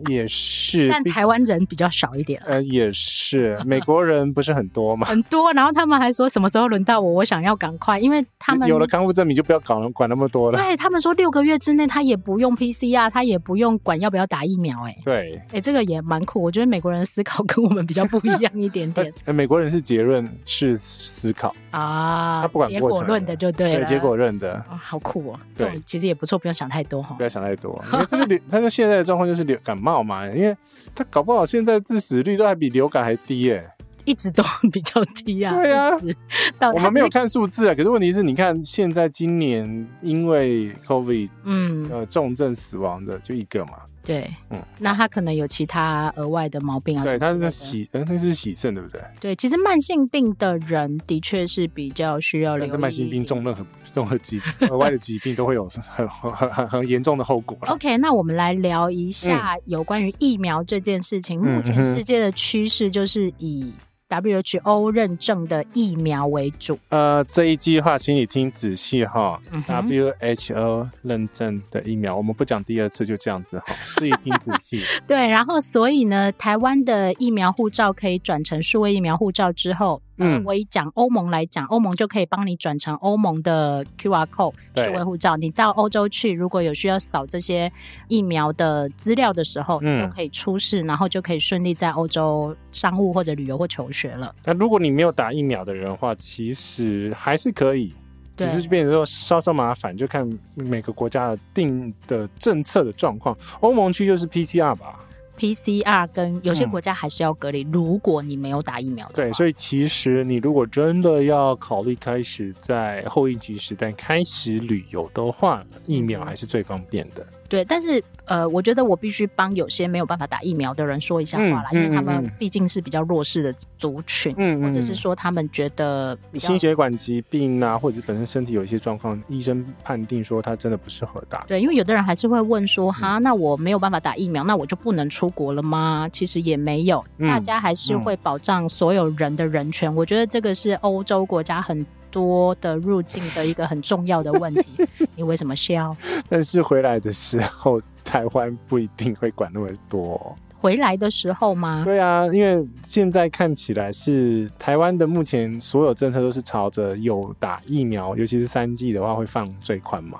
也是。但毕台湾人比较少一点。 呃也是，美国人不是很多嘛，很多，然后他们还说什么时候轮到我，我想要赶快，因为 他们有了康复证明就不要搞管那么多了。对他们说六个月之内他也不用 PCR，他也不用管要不要打疫苗、欸，哎。对，哎、这个也蛮酷。我觉得美国人的思考 跟我们比较不一样一点 点呃美国人是结论式思考，啊。他不管结过果程论的就对了，对结果论的，哦、好酷哦。这对种其实也不错，不用想太多哈不。要想太多。因为这个流， 他说现在的状况就是流感冒嘛，因为他搞不好现在致死率都还比流感还低耶、一直都 比较低啊。对啊一直到我哦它们是没有看数字啊，可是问题是，你看现在今年因为 COVID 嗯，呃重症死亡的就一个嘛，对，嗯那他可能有其他额外的毛病啊，对，什么之它类的是洗，呃那是洗肾，对不对？对，其实慢性病的人的确是比较需要留但意是慢性一病、点重任何综合疾病、额外的疾病都会有很很很很很严重的后果了。 OK，那我们来聊一下有关于疫苗这件事情。目嗯前嗯哼世界的趋势就是以 WHO 认证的疫苗为主。呃，这一句话请你听仔细哈、嗯哼 WHO 认证的疫苗，我们不讲第二次，就这样子哈， 自己听仔细。对，然后所以呢，台湾的疫苗护照可以转成数位疫苗护照之后，嗯嗯，我以讲欧盟来讲，欧盟就可以帮你转成欧盟的 QR code 对数位护照。你到欧洲去，如果有需要扫这些疫苗的资料的时候，嗯你都可以出示，然后就可以顺利在欧洲商务或者旅游或求学了。那如果你没有打疫苗的人的话，其实还是可以，只对是变成说稍稍麻烦，就看每个国家的定的政策的状况。欧盟区就是 PCR 吧， PCR 跟有些嗯国家还是要隔离，如果你没有打疫苗的对，话所以其实你如果真的要考虑开始在后疫情时代开始旅游的话，疫苗还是最方便的。对，但是呃，我觉得我必须帮有些没有办法打疫苗的人说一下话啦，嗯因为他嗯嗯们嗯毕竟是比较弱势的族群，嗯或者是说他们觉得比较心血管疾病啊，或者是本身身体有一些状况，医生判定说他真的不适合打。 对，因为有的人还是会问嗯说，哈，那我没有办法打疫苗，那我就不能出国了吗？其实也没有，嗯大家还是会保障所有人的人权。我觉得这个是欧洲国家很多的入境的一个很重要的问题。 你为什么笑？但是回来的时候，台湾不一定会管那么多哦、回来的时候吗？对啊，因为现在看起来是台湾的目前所有政策都是朝着有打疫苗，尤其是三剂的话会放最宽嘛。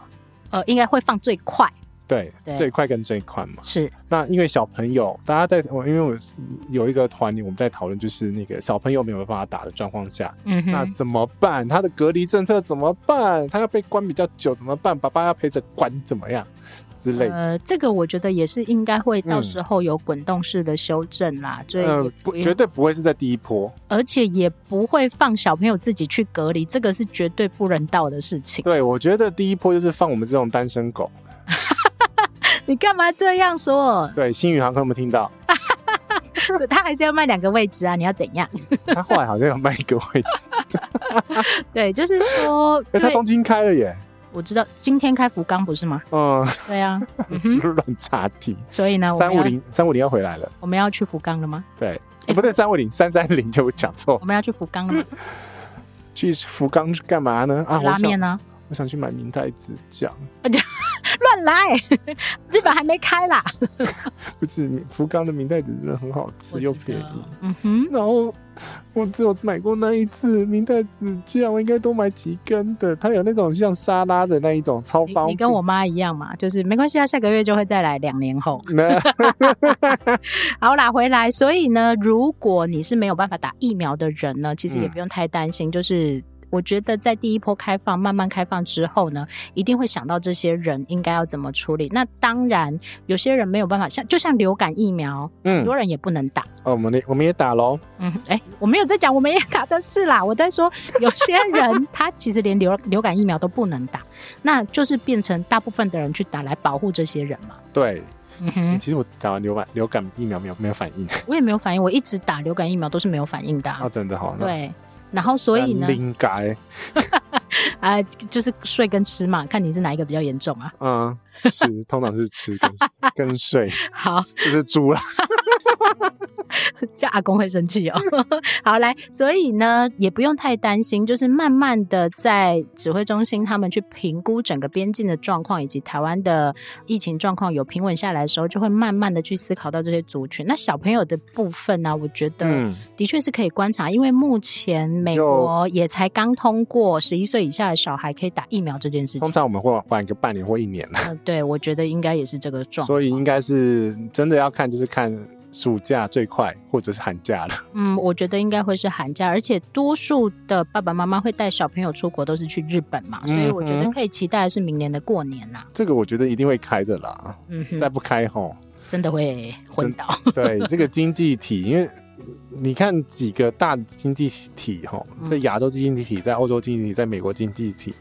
呃，应该会放最快，对，对最快跟最宽嘛。是那因为小朋友，大家在我因为我有一个团里，我们在讨论就是那个小朋友没有办法打的状况下，嗯那哼，怎么办？他的隔离政策怎么办？他要被关比较久怎么办？爸爸要陪着关怎么样之类的？呃，这个我觉得也是应该会到嗯时候有滚动式的修正啦，所以也呃不，不，用绝对不会是在第一波。而且也不会放小朋友自己去隔离，这个是绝对不人道的事情。 对，我觉得第一波就是放我们这种单身狗。你干嘛这样说？对，新宇航空有没有听到？所以他还是要卖两个位置啊！你要怎样？ 他后来好像有卖一个位置，对，就是说，对，哎、他东京开了耶，我知道今天开福冈不是吗？嗯，对啊，嗯哼， 乱插题。所以呢，我三们五要零三五零要回来了，我们要去福冈了吗？对，哎不对，三五零三三零就讲错我。们要去福冈了吗？去福冈是干嘛呢？ 啊，我拉想面呢、我想去买明太子酱， 乱来， 日本还没开啦。不是福冈的明太子真的很好吃我又知便道宜。嗯哼， 然后我只有买过那一次明太子酱，我应该多买几根的。它有那种像沙拉的那一种超你方便。你跟我妈一样嘛，就是没关系啊，下个月就会再来，两年后。那好啦，回来。所以呢，如果你是没有办法打疫苗的人呢，其实也嗯不用太担心，就是。我觉得在第一波开放、慢慢开放之后呢，一定会想到这些人应该要怎么处理。那当然，有些人没有办法，像就像流感疫苗，很嗯，多人也不能打。哦我们也我们也打喽。嗯，哎、我没有在讲我们也打的事啦，我在说有些人 他其实连流流感疫苗都不能打，那就是变成大部分的人去打来保护这些人嘛。对，嗯哼，其实我打完流感流感疫苗没有没有反应我也没有反应，我一直打流感疫苗都是没有反应的、啊啊，真的哈。那，对，然后所以呢，应该啊、就是睡跟吃嘛，看你是哪一个比较严重啊。 嗯是通常是吃跟跟睡，好，就是猪啦。叫阿公会生气哦。 好，来，所以呢，也不用太担心，就是慢慢的在指挥中心他们去评估整个边境的状况，以及台湾的疫情状况有平稳下来的时候，就会慢慢的去思考到这些族群。那小朋友的部分呢、我觉得嗯，的确是可以观察，因为目前美就国也才刚通过十一岁以下的小孩可以打疫苗这件事通情。常我们会晚个半年或一年啦，嗯、对，我觉得应该也是这个状况。所以应该是真的要看，就是看暑假最快，或者是寒假了。嗯，我觉得应该会是寒假，而且多数的爸爸妈妈会带小朋友出国，都是去日本嘛，所以我觉嗯得哼可以期待的是明年的过年呐、这个我觉得一定会开的啦，嗯哼，再不开吼。真的会昏倒。对这个经济体，因为你看几嗯个大经济体哈，在亚洲经济体，在欧洲经济体，在美国经济体，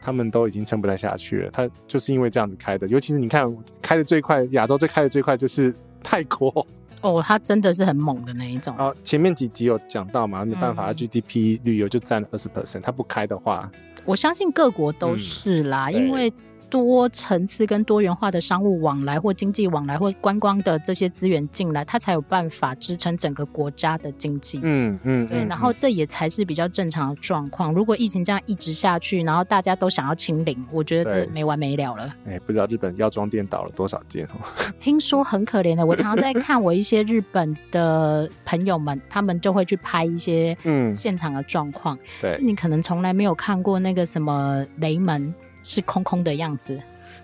他们都已经撑不太下去了。它就是因为这样子开的，尤其是你看开的最快，亚洲最开的最快就是泰 国。 哦，它真的是很猛的那一种。然后前面几集有讲到嘛，没办法、嗯 g d p 旅游就占了二十 percent，它不开的话，我相信各国都是啦，嗯对因为多层次跟多元化的商务往来或经济往来或观光的这些资源进来，它才有办法支撑整个国家的经济。嗯嗯，对，嗯然后嗯这也才是比较正常的状况。如果疫情这样一直下去，然后大家都想要清零，我觉得对这没完没了了。哎、不知道日本药妆店倒了多少间哦。听说很可怜的，我常常在看我一些日本的朋友们，他们就会去拍一些嗯，现场的状况。对，你可能从来没有看过那个什么雷门是空空的样 子。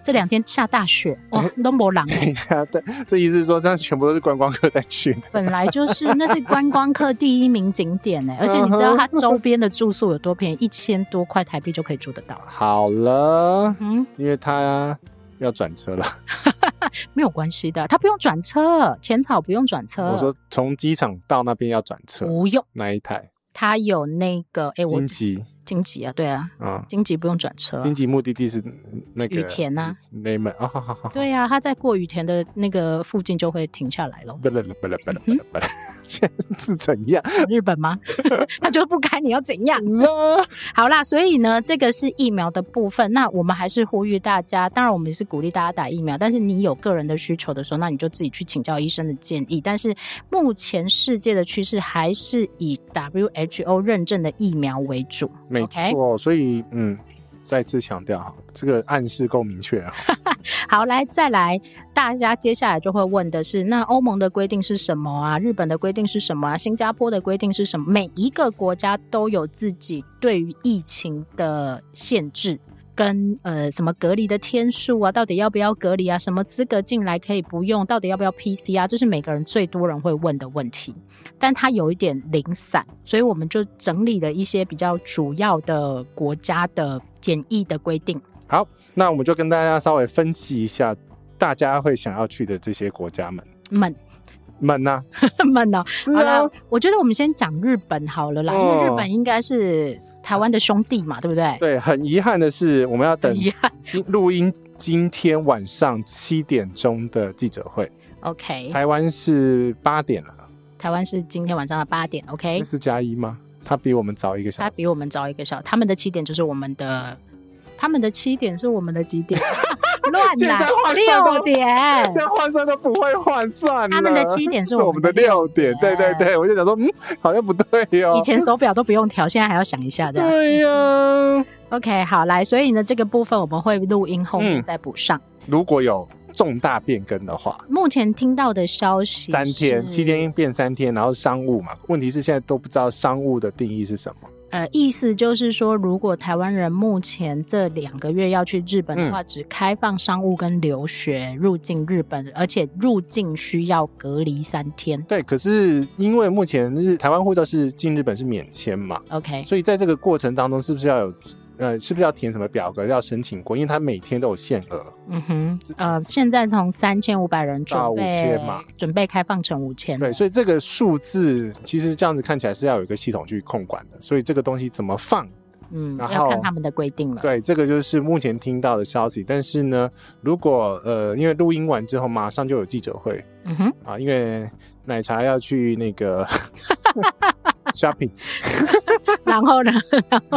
这两天下大雪，哇，都没人。等一下，但 这意思是说，这样全部都是观光客在去的。本来就是，那是观光客第一名景点欸 呢、而且你知道它周边的住宿有多便宜，一千多块台币就可以住得到。好了，嗯，因为他要转 车了。没有关系的，它不用转车，浅草不用转车。我说从机场到那边要转车，不用，那一台它有那个，哎，哦我荆棘荆棘啊，对啊，啊，荆棘不用转车啊。荆棘目的地是嗯那个羽田啊，内门啊，好好好，对啊，它在过雨田的那个附近就会停下 来咯。不了不了不嗯了不了不了， 现在是怎样日本 吗？它就不开，你要怎样？了？好啦，所以呢，这个是疫苗的部分。那我们还是呼吁大家，当然我们也是鼓励大家打疫苗，但是你有个人的需求的时候，那你就自己去请教医生的建议。但是目前世界的趋势还是以 WHO 认证的疫苗为主。没 OK 错，所以嗯，再次强调哈，这个暗示够明确啊哈。好，来再来，大家接下来就会问的是，那欧盟的规定是什么啊？日本的规定是什么啊？新加坡的规定是什么？每一个国家都有自己对于疫情的限制。跟呃什么隔离的天数啊，到底要不要隔离啊？什么资格进来可以不用？到底要不要 PCR？这是每个人最多人会问的问题，但它有一点零散，所以我们就整理了一些比较主要的国家的简易的规定。那我们就跟大家稍微分析一下，大家会想要去的这些国家们们们呢？们呢、是哦啊好啦，我觉得我们先讲日本好了啦，因为哦日本应该是台湾的兄弟嘛，对不对？对，很遗憾的是，我们要等很遗憾。今录音今天晚上七点钟的记者会， OK，台湾是八点了，台湾是今天晚上的八点，OK，那是加一吗？他比我们早一个小他时，比我们早一个小时，他们的七点就是我们的，他们的七点是我们的几 点？乱现啦在换，算都六点。现在换算都不会换算了。啊他们的七点是是我 我们的们的六啊六点，对对对，我就想说，嗯，好像不对哦。以前啊手表都不用调，现在还要想一下这样。对呀、 OK，好，来，所以呢，这个部分我们会录音后面嗯再补上。如果有重大变更的话，目前听到的消息，三天七，天变三天，然后商务嘛，问题是现在都不知道商务的定义是什么。呃，意思就是说，如果台湾人目前这两个月要去日本嗯的话，只开放商务跟留学入境日本，而且入境需要隔离三天。对，可是因为目前日台湾护照是进日本是免签嘛， OK，所以在这个过程当中，是不是要有呃，是不是要填什么表格要申请过？因为它每天都有限额，嗯哼，呃，现在从三千五百人到准备5000嘛准备开放成五千，对，所以这个数字其实这样子看起来是要有一个系统去控管的，所以这个东西怎么放？嗯，然要看后他们的规定了。对，这个就是目前听到的消息。但是呢，如果呃，因为录音完之后马上就有记者会嗯哼，啊，因为奶茶要去那个 shopping 然后呢？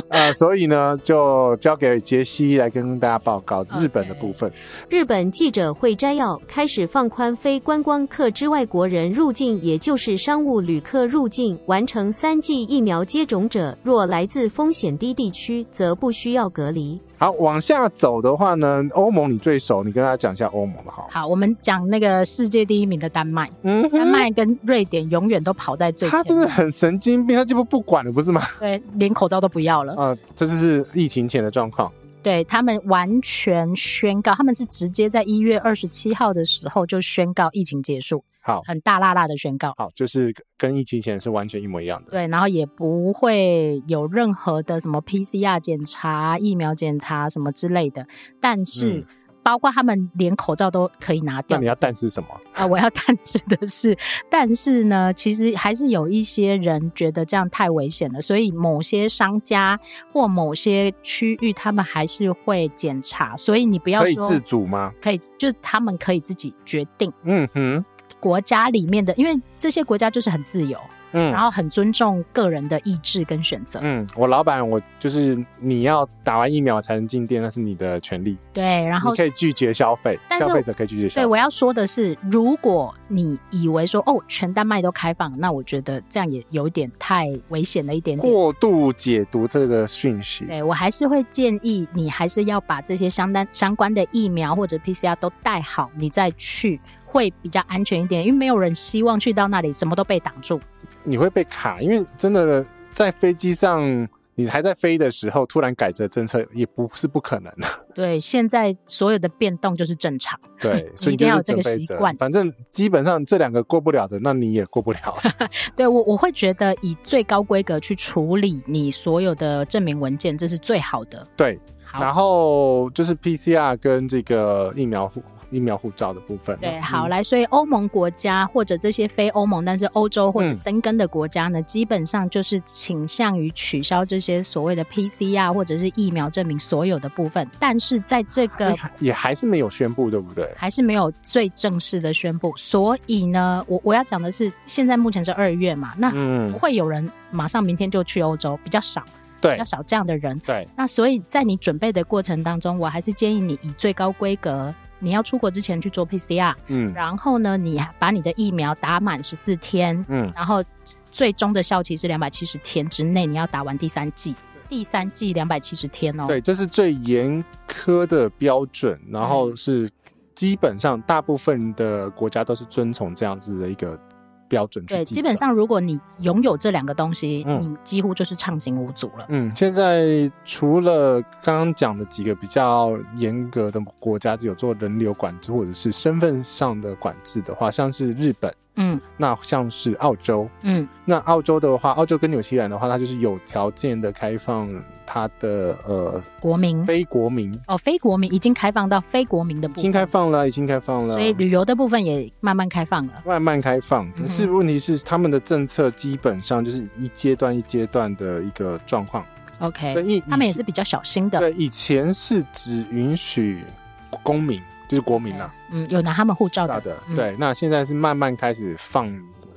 啊，所以呢就交给杰西来跟大家报告日本的部分。日本记者会摘要开始放宽非观光客之外国人入境，也就是商务旅客入境。完成三剂疫苗接种者，若来自风险低地区，则不需要隔离。好，往下走的话呢，欧盟你最熟，你跟大家讲一下欧盟的好了。好，我们讲那个世界第一名的丹麦，嗯丹麦跟瑞典永远都跑在最前他真的面，很神经病，他几乎不管了，不是吗？对，连口罩都不要了。啊、这就是疫情前的状况。对他们完全宣告，他们是直接在一月二十七号的时候就宣告疫情结束，好很大辣辣的宣告。好，就是跟疫情前是完全一模一样的。对，然后也不会有任何的什么 PCR 检查、疫苗检查什么之类的。但是嗯包括他们连口罩都可以拿那掉你。要蛋是什么？啊、我要但是的是，但是呢，其实还是有一些人觉得这样太危险了，所以某些商家或某些区域他们还是会检查，所以你不要可以说自主吗？可以，就是他们可以自己决定嗯哼，国家里面的，因为这些国家就是很自由，嗯然后很尊重个人的意志跟选择。嗯，我老板，我就是你要打完疫苗才能进店，那是你的权利，对，然后你可以拒绝消费，但是消费者可以拒绝对，消费。我要说的是，如果你以为说哦，全丹麦都开放，那我觉得这样也有点太危险了一点点。过度解读这个讯息，对我还是会建议你还是要把这些相当相关的疫苗或者 PCR 都带好，你再去会比较安全一点，因为没有人希望去到那里什么都被挡住。你会被卡，因为真的在飞机上，你还在飞的时候，突然改这政策也不是不可能 的。对，现在所有的变动就是正常。对，所以一定要就是有这个准备习着惯反正基本上这两个过不了的，那你也过不了了。对我我会觉得以最高规格去处理你所有的证明文件，这是最好的。对，然好，后就是 PCR 跟这个疫苗护疫苗护照的部分了。对，嗯好来，所以欧盟国家或者这些非欧盟但是欧洲或者嗯生根的国家呢，基本上就是倾向于取消这些所谓的 PCR 或者是疫苗证明所有的部分，但是在这个 也还是没有宣布，对不对？还是没有最正式的宣布，所以呢，我我要讲的是，现在目前是二月嘛，那嗯 不，会有人马上明天就去欧洲，比较少，比对较少这样的人。对，那所以在你准备的过程当中，我还是建议你以最高规格，你要出国之前去做 PCR，嗯然后呢，你把你的疫苗打满十四天，嗯，然后最终的效期是两百七十天之内，你要打完第三剂，第三剂两百七十天哦。对，这是最严苛的标准，然嗯后是基本上大部分的国家都是遵从这样子的一个标准去对，计基本算。上如果你拥有这两个东西，嗯你几乎就是畅行无阻了。嗯，现在除了刚刚讲的几个比较严格的国家有做人流管制或者是身份上的管制的话，像是日本，嗯那像是澳洲，嗯，那澳洲的话，澳洲跟纽西兰的话，它就是有条件的开放它的呃国民非国民，哦，非国民已经开放到非国民的部已分，经开放了，已经开放了所。以旅游的部分也慢慢开放了。慢慢开放，嗯哼可是问题是他们的政策基本上就是一阶段一阶段的一个状况。对 OK，以他们也是比较小心的。对，以前是只允许公民，就是国民啊，嗯，有拿他们护照大的，的。嗯，对，那现在是慢慢开始放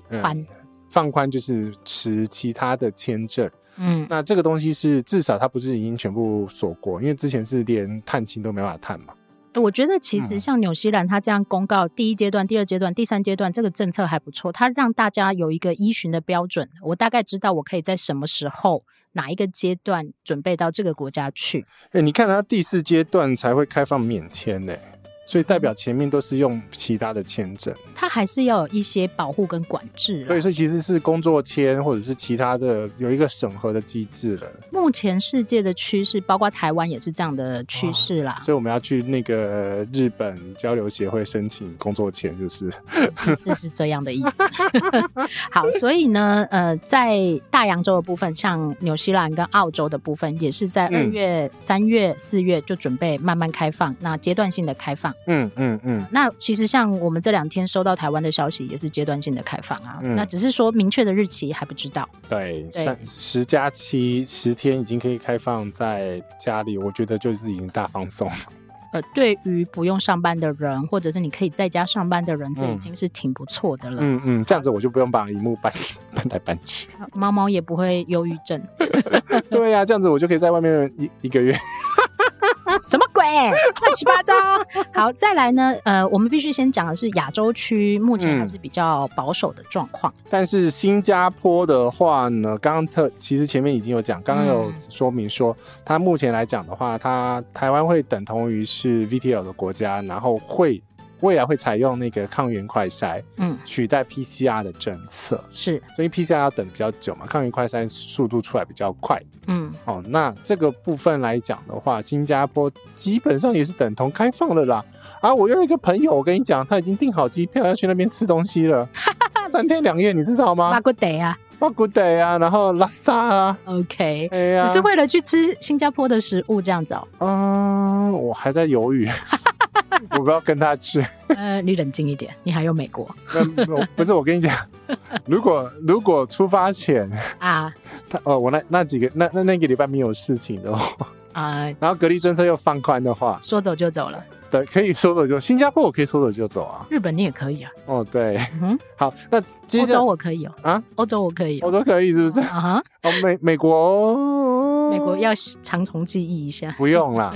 呃宽放宽，就是持其他的签证。嗯，那这个东西是至少它不是已经全部锁国，因为之前是连探亲都没办法探嘛。我觉得其实嗯像纽西兰，它这样公告第一阶段、第二阶段、第三阶段这个政策还不错，它让大家有一个依循的标准，我大概知道我可以在什么时候、哪一个阶段准备到这个国家去。哎，你看它第四阶段才会开放免签呢、所以代表前面都是用其他的签证，它还是要有一些保护跟管制啦。对，所以其实是工作签或者是其他的有一个审核的机制了，目前世界的趋势，包括台湾也是这样的趋势啦。所以我们要去那个日本交流协会申请工作签，就是意思是这样的意思。 好，所以呢，呃，在大洋洲的部分，像纽西兰跟澳洲的部分，也是在二嗯月、三月、四月就准备慢慢开放，那阶段性的开放。嗯嗯嗯，那其实像我们这两天收到台湾的消息，也是阶段性的开放啊。嗯那只是说明确的日期还不知道。对，对三十加七十天已经可以开放在家里，我觉得就是已经大放松了。呃，对于不用上班的人，或者是你可以在家上班的人，这已经是挺不错的了。嗯嗯，这样子我就不用把荧幕搬 搬来搬去。猫猫也不会忧郁症， 对啊呀、这样子我就可以在外面一一个月。什么鬼？乱七八糟。好，再来呢，呃，我们必须先讲的是亚洲区目前嗯还是比较保守的状况。但是新加坡的话呢，刚刚特其实前面已经有讲，刚刚有嗯说明说，它目前来讲的话，它台湾会等同于是 VTL 的国家，然后会未来会采用那个抗原快筛嗯，取代 PCR 的政策，是，所以 PCR 要等比较久嘛，抗原快筛速度出来比较快。嗯，哦，那这个部分来讲的话，新加坡基本上也是等同开放了啦。啊，我有一个朋友，我跟你讲，他已经订好机票要去那边吃东西 了，三天两夜，你知道巴吗？古得啊巴古德啊，然后拉萨啊， ，OK，哎呀，只是为了去吃新加坡的食物这样子哦。 嗯、我还在犹豫。我不要跟他去。呃，你冷静一点，你还有美国那我不是我跟你讲，如果如果出发前啊他呃我那那几个那那那个礼拜没有事情的话，啊、呃然后隔离政策又放宽的话，说走就走了。对，可以说走就新加坡我可以说走就走啊。日本你也可以啊，哦，对，嗯哼，好，那接欧下洲来我可以哦，啊，欧洲我可以我哦，说可以是不是？啊哈，哦，美美国，美国要长虫记忆一下。不用啦，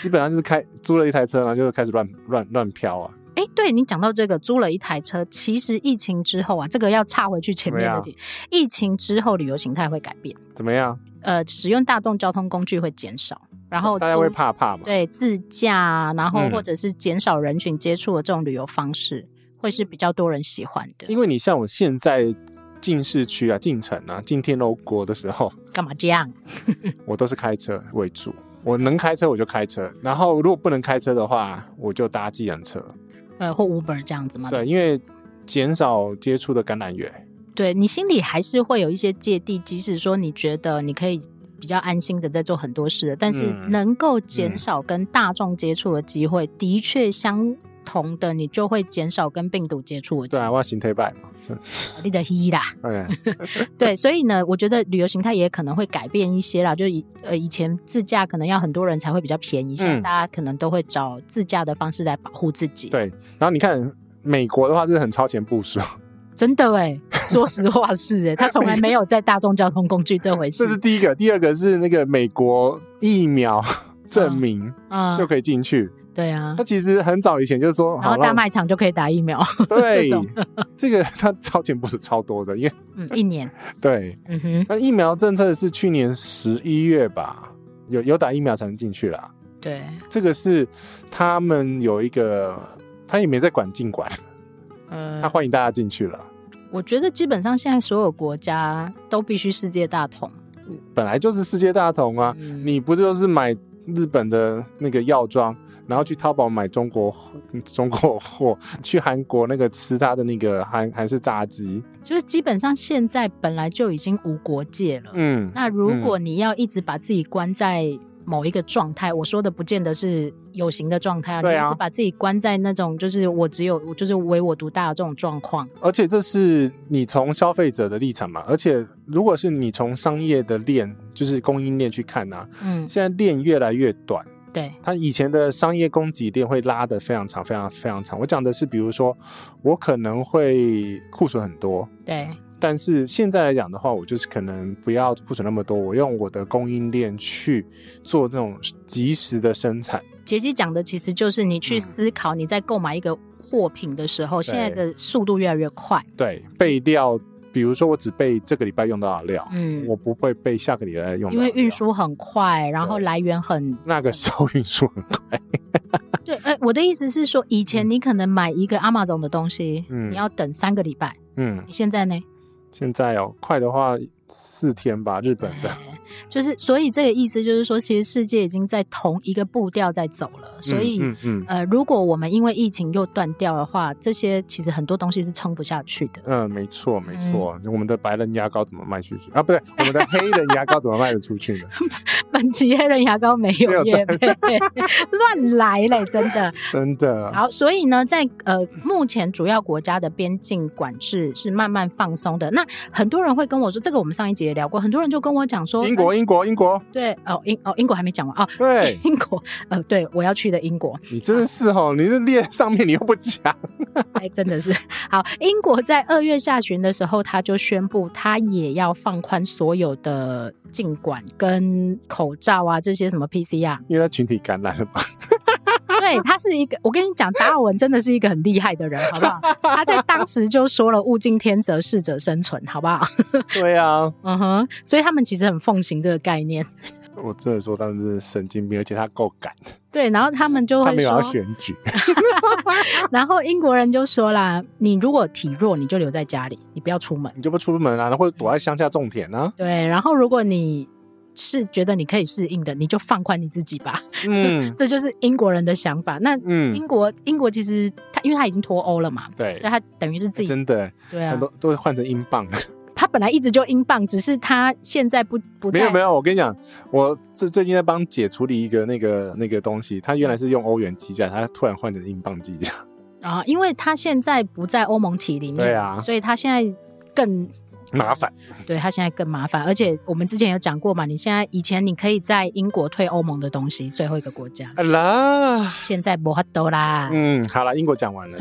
基本上就是开租了一台车，然后就开始乱乱乱飘啊。哎，对你讲到这个租了一台车，其实疫情之后啊，这个要岔回去前面的怎题。疫情之后旅游形态会改变，怎么样？呃，使用大众交通工具会减少，然后大家租会怕怕嘛？哦对自驾啊，然后嗯或者是减少人群接触的这种旅游方式，会是比较多人喜欢的。因为你像我现在进市区啊、进城啊、进天龙国的时候，干嘛这样？我都是开车为主。我能开车我就开车，然后如果不能开车的话，我就搭计程车。呃，或 Uber 这样子吗？对，因为减少接触的感染源。对你心里还是会有一些芥蒂，即使说你觉得你可以比较安心的在做很多事了，但是嗯能够减少跟大众接触的机会，的确相同的，你就会减少跟病毒接触的机对啊，会。我要行推拜嘛。是你的嘿啦，哎，对，所以呢，我觉得旅游形态也可能会改变一些啦。就以呃以前自驾可能要很多人才会比较便宜，现在嗯大家可能都会找自驾的方式来保护自己。对然后你看美国的话，就是很超前部署，真的哎，说实话是哎，他从来没有在大众交通工具这 回这是事。第一个。第二个是那个美国疫苗 证明嗯就，可以进去。对啊他。其实很早以前就说，然好后大让卖场就可以打疫苗，对这种这个他超前部署超多的，因为 嗯，一年，对嗯哼，那疫苗政策是去年十一月吧，有有打疫苗才能进去啦。对，这个是他们有一个，他也没在管尽管，他呃，欢迎大家进去了。我觉得基本上现在所有国家都必须世界大同，本来就是世界大同啊，嗯你不就是买日本的那个药妆，然后去淘宝买中国中国货，去韩国那个吃他的那个韩韩式炸鸡，就是基本上现在本来就已经无国界了。嗯，那如果你要一直把自己关在某一个状态，我说的不见得是有形的状态啊，对啊你一直把自己关在那种就是我只有我就是唯我独大的这种状况，而且这是你从消费者的立场嘛，而且如果是你从商业的链，就是供应链去看啊，嗯，现在链越来越短，对，它以前的商业供给链会拉得非常长、非常非常长。我讲的是，比如说我可能会库存很多，对，但是现在来讲的话，我就是可能不要库存那么多，我用我的供应链去做这种及时的生产。杰基讲的其实就是你去嗯思考你在购买一个货品的时候，现在的速度越来越快。对，备料，比如说我只备这个礼拜用到的料，嗯我不会备下个礼拜用到因的料，为运输很快，然后对来源很那个时候运输很快，对。呃，我的意思是说，以前你可能买一个 Amazon 的东西，嗯你要等三个礼拜，嗯，你现在呢？现在哦，快的话四天吧，日本的，就是，所以这个意思就是说，其实世界已经在同一个步调在走了。 所以，嗯嗯嗯呃，如果我们因为疫情又断掉的话，这些其实很多东西是撑不下去的。 嗯，没错没错，我们的白人牙膏怎么卖出去啊？不对，我们的黑人牙膏怎么卖得 出去呢？本期黑人牙膏没没有有业配， 乱来嘞，真 的。真的，好，所以呢，在呃目前主要国家的边境管制是慢慢放松的。那很多人会跟我说，这个我们上一节也聊过，很多人就跟我讲说，英国英国英国，呃对哦英哦英国还没讲完哦。对英国，呃，对我要去的英国，你真的是哦，你是列上面你又不讲，哎，真的是好。英国在二月下旬的时候，他就宣布，他也要放宽所有的禁管跟口罩啊，这些什么 PCR。因为他群体感染了嘛。 对他是一个，我跟你讲，达尔文真的是一个很厉害的人，好不好？他在当时就说了“物竞天择，适者生存”，好不 好？对啊，嗯哼，所以他们其实很奉行这个概念。我真的说他们是神经病，而且他够敢，对，然后他们就他会没有要说，选举。然后英国人就说啦：“你如果体弱，你就留在家里，你不要出门。你就不出门啊，或者躲在乡下种田啊”。对，然后如果你是觉得你可以适应的，你就放宽你自己吧。 嗯这就是英国人的想法。那嗯，英国，英国其实他因为他已经脱欧了嘛，对所以，他等于是自己哎真的对啊很，多都会换成英镑了。它本来一直就英镑，只是它现在不不没在有没有，我跟你讲，我最最近在帮姐处理一个那个那个东西，她原嗯来是用欧元计价，她突然换成英镑计价。啊，因为它现在不在欧盟体里面，对啊所以它现在更 麻烦，对它现在更麻烦，而且我们之前有讲过嘛，你现在以前你可以在英国退欧盟的东西，最后一个国家，啊啦，现在不法都啦。嗯，好了，英国讲 完了，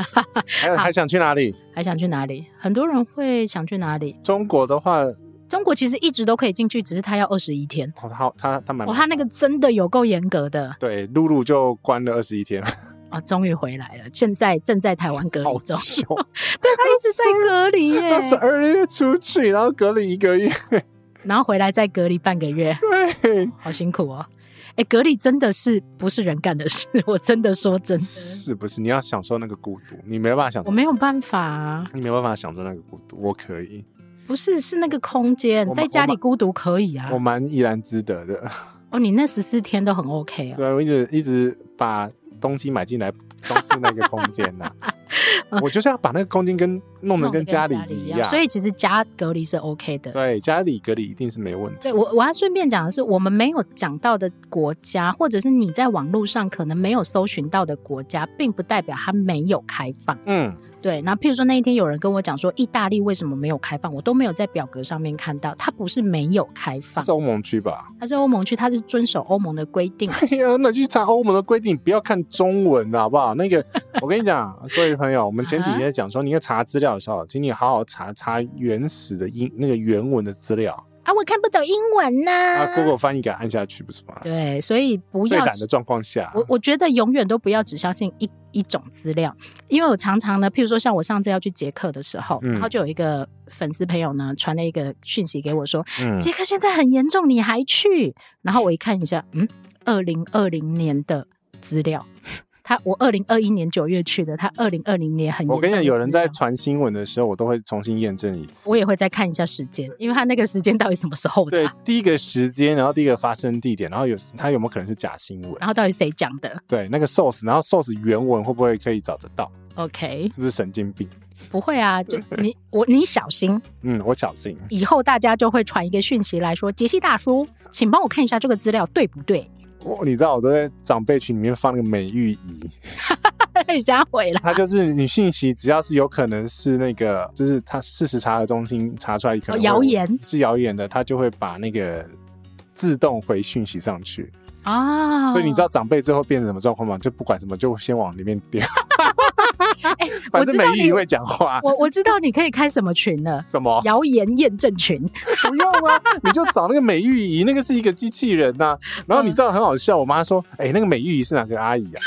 还有还想去哪里？还想去哪里？很多人会想去哪里？中国的话，中国其实一直都可以进去，只是它要二十一天。哦，他他他蛮哦，他那个真的有够严格的对露露就关了二十一天，哦，终于回来了，现在正在台湾隔离好中。 久，对他一直在隔离他耶，十二月出去，然后隔离一个月，哎然后回来再隔离半个月，对，好辛苦哦。哎，隔离真的是不是人干的事？ 我真的说真的，是不是？你要享受那个孤独，你没办法享我受，没有办法、啊。你没办法享受那个孤独，我可以，不是，是那个空间，我在蛮家我里蛮孤独可以啊我。蛮怡然自得的。哦，你那十四天都很 OK 啊。对，我一直一直把东西买进来装饰那个空间 呐、我就是要把那个空间跟弄得弄得跟家里一样，所以其实家隔离是 OK 的。对家里隔离一定是没问题对。我，我要顺便讲的是，我们没有讲到的国家，或者是你在网络上可能没有搜寻到的国家，并不代表它没有开放。嗯，对，那譬如说那一天有人跟我讲说，意大利为什么没有开放，我都没有在表格上面看到，它不是没有开它放是，欧盟区吧？它是欧盟区，它是遵守欧盟的规定。哎呀，那去查欧盟的规定，不要看中文的好不好？那个，我跟你讲，各位朋友，我们前啊几天讲说，你要查资料的时候，请你好好查查原始的英那个原文的资料，啊，我看不懂英文呢、啊，Google 翻译给它按下去，不是吗？对，所以不最要懒的状况下，我我觉得永远都不要只相信一一种资料，因为我常常呢，譬如说像我上次要去捷克的时候，嗯然后就有一个粉丝朋友呢传了一个讯息给我说，嗯，捷克现在很严重，你还去？然后我一看一下，嗯，二零二零年的资料，他我二零二一年九月去的，他二零二零年很严重我跟你讲，有人的资料在传新闻的时候，我都会重新验证一次。我也会再看一下时间，因为他那个时间到底什么时候的对啊、，第一个时间，然后第一个发生地点，然后有它有没有可能是假新闻？然后到底谁讲的对，那个 source，然后 source 原文会不会可以找得到？ ？OK，是不是神经病？不会啊，就你我你小心，嗯，我小心。以后大家就会传一个讯息来说：“杰西大叔，请帮我看一下这个资料对不对 我你知道我都在长辈群里面放那个美玉仪，？”加回来，它就是你讯息只要是有可能是那个，就是它事实查核中心查出来可哦能会谣言是谣言的，它就会把那个自动回讯息上去。啊 所以你知道长辈最后变成什么状况吗？就不管什么，就先往里面丢。反正美玉仪会讲话，我我知道你可以开什么群了，什么谣言验证群。不用啊，你就找那个美玉仪，那个是一个机器 人呐、然后你知道很好笑，我妈说：“哎、那个美玉仪是哪 个阿姨啊？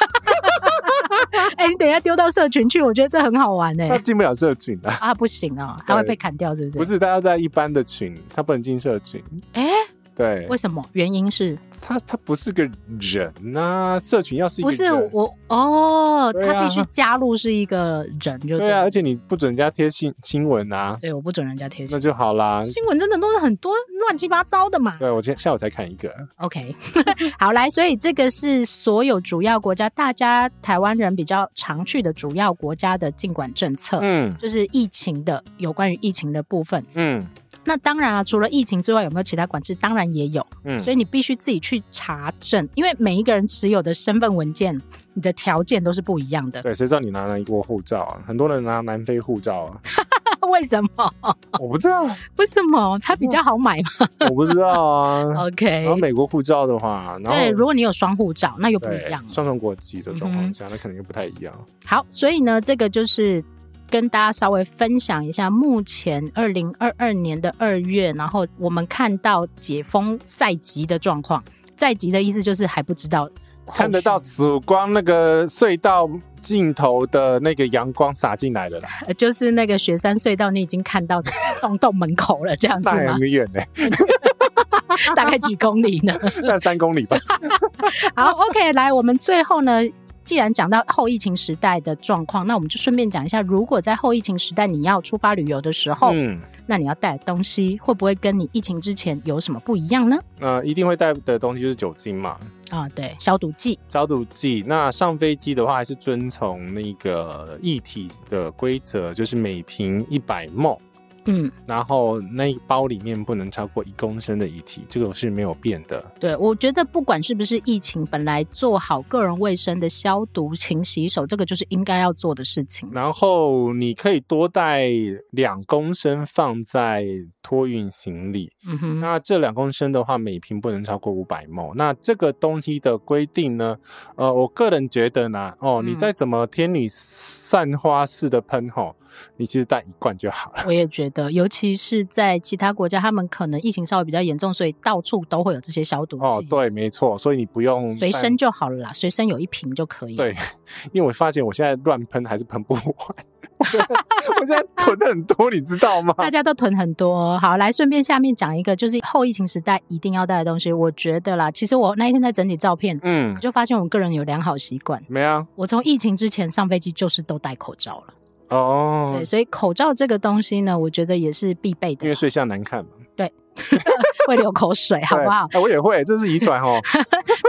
哎、你等一下丢到社群去，我觉得这很好 玩哎、她进不了社群啊。啊，不行哦，它会被砍掉，是不”是？不，是，她要在一般的群，她不能进社群。哎、对为，什么？原因是她她不是个人呐、社群要是一不个是人我哦？啊对啊他必须加入是一个人就对啊，了而且你不准人家贴新新闻啊，对，我不准人家贴那心。就好啦。新闻真的都是很多乱七八糟的嘛。对我今天下午才看一个， OK，好 来，所以这个是所有主要国家，大家台湾人比较常去的主要国家的尽管政策，嗯就是疫情的有关于疫情的部分。嗯那当然啊，除了疫情之外，有没有其他管制？当然也有，嗯所以你必须自己去查证，因为每一个人持有的身份文件，你的条件都是不一样的。对，谁知道你拿南国护照啊？很多人拿南非护照啊， 为什么？我不知道，为什么它比较好买嘛我不知道 啊。 ？OK，然后美国护照的话，然后对，如果你有双护照，那又不对，一样了。嗯双重国籍的状况下，那可能又不太一样。好，所以呢，这个就是跟大家稍微分享一下，目前二零二二年的二月，然后我们看到解封在即的状况。在即的意思就是还不知道后续，看得到曙光那个隧道尽头的那个阳光洒进 来了啦，呃就是那个雪山隧道，你已经看到洞洞门口了，这样子那还 吗很？远 呢、大概几公里呢？ 那三公里吧。好，OK，来，我们最后呢，既然讲到后疫情时代的状况，那我们就顺便讲一下，如果在后疫情时代你要出发旅游的时候，嗯，那你要带的东西会不会跟你疫情之前有什么不一样呢？那、呃一定会带的东西就是酒精嘛，啊，对，消毒剂消毒剂。那上飞机的话，还是遵从那个液体的规则，就是每瓶一百 ml。嗯，然后那一包里面不能超过一公升的液体，这个是没有变的。对，我觉得不管是不是疫情，本来做好个人卫生的消毒、勤洗手，这个就是应该要做的事情。然后你可以多带两公升放在托运行李。嗯哼，那这两公升的话，每瓶不能超过五百 ml。那这个东西的规定呢？呃，我个人觉得呢，哦，你嗯再怎么天女散花式的喷吼，你其实带一罐就好了。我也觉得，尤其是在其他国家，他们可能疫情稍微比较严重，所以到处都会有这些消毒剂。哦，，对，没错，所以你不用随带身。就好了啦，随身有一瓶就可以。对，因为我发现我现在乱喷还是喷不完，我觉得我现在囤很多，你知道 吗？大家都囤很多哦、好，来顺便下面讲一个，就是后疫情时代一定要带的东西。我觉得啦，其实我那一天在整理照片，嗯我，就发现我个人有良好习惯。怎么样？我从疫情之前上飞机就是都戴口罩了，哦对，，所以口罩这个东西呢，我觉得也是必备因的为啦，睡相难看嘛， 会流口水，好不好？对哎我也会，这是遗传哦。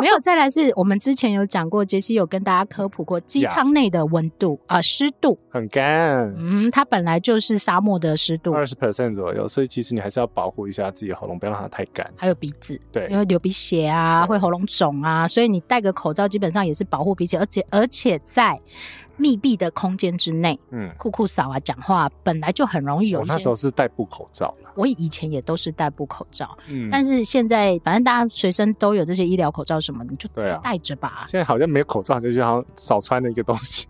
没有，再来是我们之前有讲过，杰西有跟大家科普过机呀舱内的温度啊、呃湿度，很干，嗯，它本来就是沙漠的湿度，二十 percent 左右，所以其实你还是要保护一下自己的喉咙，不要让它太干。还有鼻子，对因为流鼻血啊，对会喉咙肿啊，所以你戴个口罩基本上也是保护鼻血，而且而且在密闭的空间之内，嗯，酷酷嫂啊讲话本来就很容易有我一那时些候，是戴布口罩了。我以前也都是戴布口罩，嗯，但是现在反正大家随身都有这些医疗口罩什么，你就对啊就戴着吧，现在好像没有口罩，就觉得好像少穿了一个东西。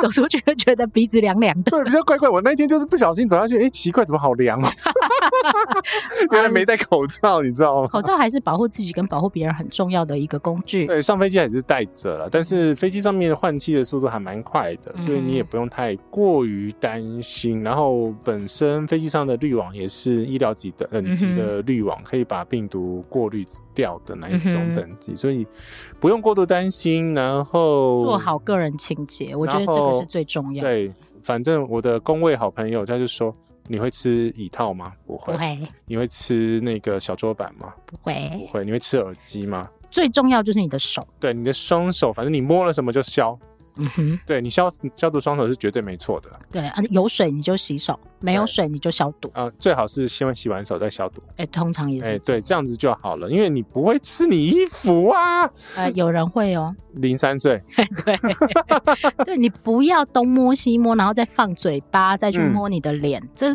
走出去就觉得鼻子凉凉的。对，比较怪怪。我那天就是不小心走下去，哎，奇怪，怎么好 凉哦？原来没戴口罩，你知道吗？口罩还是保护自己跟保护别人很重要的一个工具。对，上飞机还是戴着了，但是飞机上面换气的速度还蛮快的，所以你也嗯不用太过于担心。然后本身飞机上的滤网也是医疗级的等嗯级的滤网，可以把病毒过滤掉的那一嗯种哼等级，所以不用过度担心。然后做好个人清洁，我觉得然这个后是最重要。对，反正我的工位好朋友他就说：“你会吃椅套吗？不不会。会，你会吃那个小桌板吗？不不会，会。你会吃耳机吗？最重要就是你的手。对，你的双手，反正你摸了什么就消。嗯哼，对你消消毒双手是绝对没错的对啊，有水你就洗手，没有对水你就消毒。啊、最好是先洗完手再消毒。哎，通常也哎、是这对，样。这样子就好了，因为你不会吃你衣服啊。呃，有人会哦，零三岁，对，对你不要东摸西摸，然后再放嘴巴，再去嗯摸你的脸，这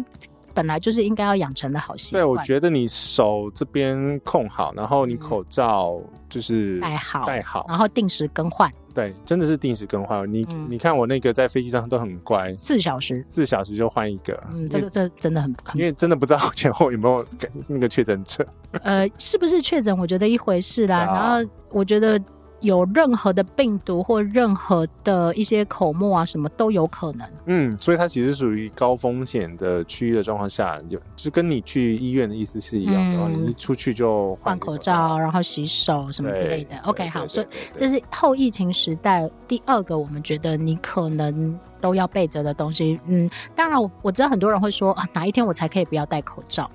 本来就是应该要养成的好习惯。对我觉得你手这边控好，然后你嗯口罩就是戴好戴好，然后定时更换，对，真的是定时更换。你、嗯你看我那个在飞机上都很乖，四小时。四小时就换一个。嗯，这因个为这真的很很因为真的不知道前后有没有 那个确诊者。呃，是不是确诊，我觉得一回事啦。对啊然后我觉得有任何的病毒或任何的一些口沫啊，什么都有可能。嗯，所以它其实属于高风险的区域的状况下，有就跟你去医院的意思是一样的，嗯然后你一出去就换口口罩，然后洗手什么之类的对。 OK，对好，对所以对对这是后疫情时代第二个我们觉得你可能都要备着的东西。嗯，当然我我知道很多人会说啊，哪一天我才可以不要戴口罩？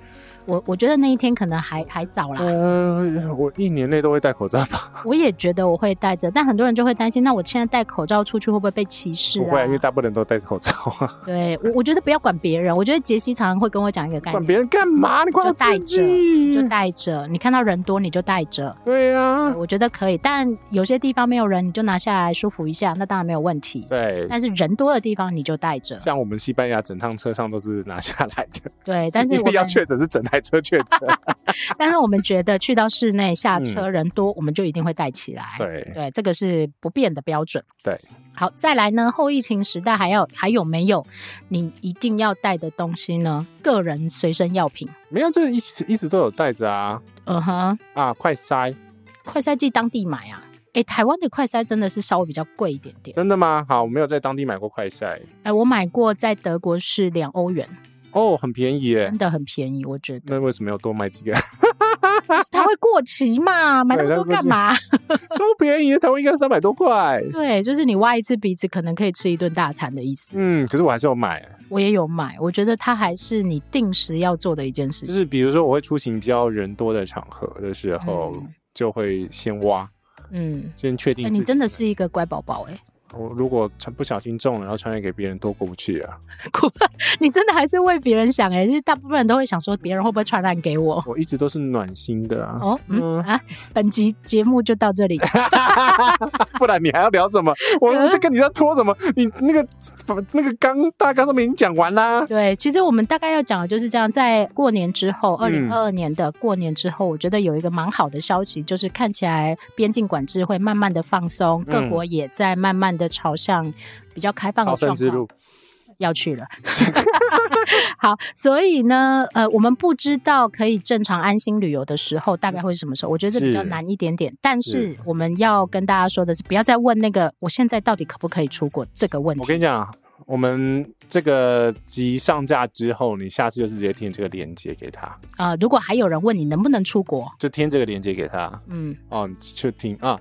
我我觉得那一天可能还还早啦。呃，我一年内都会戴口罩吧？我也觉得我会戴着，但很多人就会担心，那我现在戴口罩出去会不会被歧视不啊？会，因为大部分人都戴口罩啊。对我，我觉得不要管别人。我觉得杰西常常会跟我讲一个概管念，别人干嘛？你管我就戴自着，己？就戴着。你看到人多你就戴着，对啊，我觉得可以。但有些地方没有人，你就拿下来舒服一下，那当然没有问题。对。但是人多的地方你就戴着，像我们西班牙整趟车上都是拿下来的，对。但是因我为 要啊们，确诊是整台车确 诊。但是我们觉得去到室内下车人多，我们就一定会戴起来。嗯对对，这个是不变的标准。对，好，再来呢？后疫情时代还要还有没有你一定要带的东西呢？个人随身药品，没有，这一直一直都有戴着啊嗯哼。啊！快塞，快筛剂当地买啊。诶，台湾的快筛真的是稍微比较贵一点点。真的吗？好，我没有在当地买过快塞诶，我买过在德国是两欧元，哦，很便宜耶真。的很便宜，我 觉得。那为什么要多卖几个？ 就是它会过期嘛，买那么多干嘛？超便宜的，台湾应该三百多块。 对，就是你挖一次鼻子，可能可以吃一顿大餐的意思。嗯，可是我还是有买，我也有买，我觉得它还是你定时要做的一件事就情。是比如说我会出行比较人多的场合的时候，嗯就会先挖，嗯，哎先确定诶自己。 你真的是一个乖宝宝诶，哎我如果传不小心中了，然后传染给别人，多过不去啊！你真的还是为别人想哎、欸，是大部分人都会想说别人会不会传染 给我。我一直都是暖心的啊，哦，嗯啊，本集节目就到这里。 不然你还要聊什么？我嗯这跟你在拖什么？你那个那个纲大纲上面已经讲完啊啦。对，其实我们大概要讲的就是这样，在过年之后，二嗯零二二年的过年之后，我觉得有一个蛮好的消息，就是看起来边境管制会慢慢的放松，各嗯国也在慢慢的朝向比较开放的朝圣状之况。路，要去了。 好，所以呢，呃，我们不知道可以正常安心旅游的时候大概会是什么时候，我觉得这比较是难一点点。但是是我们要跟大家说的是，不要再问那个我现在到底可不可以出国这个问我题。跟你讲，啊我们这个集上架之后，你下次就是直接填这个链接给他，呃，如果还有人问你能不能出国，就填这个链接给他嗯，哦，你去听啊。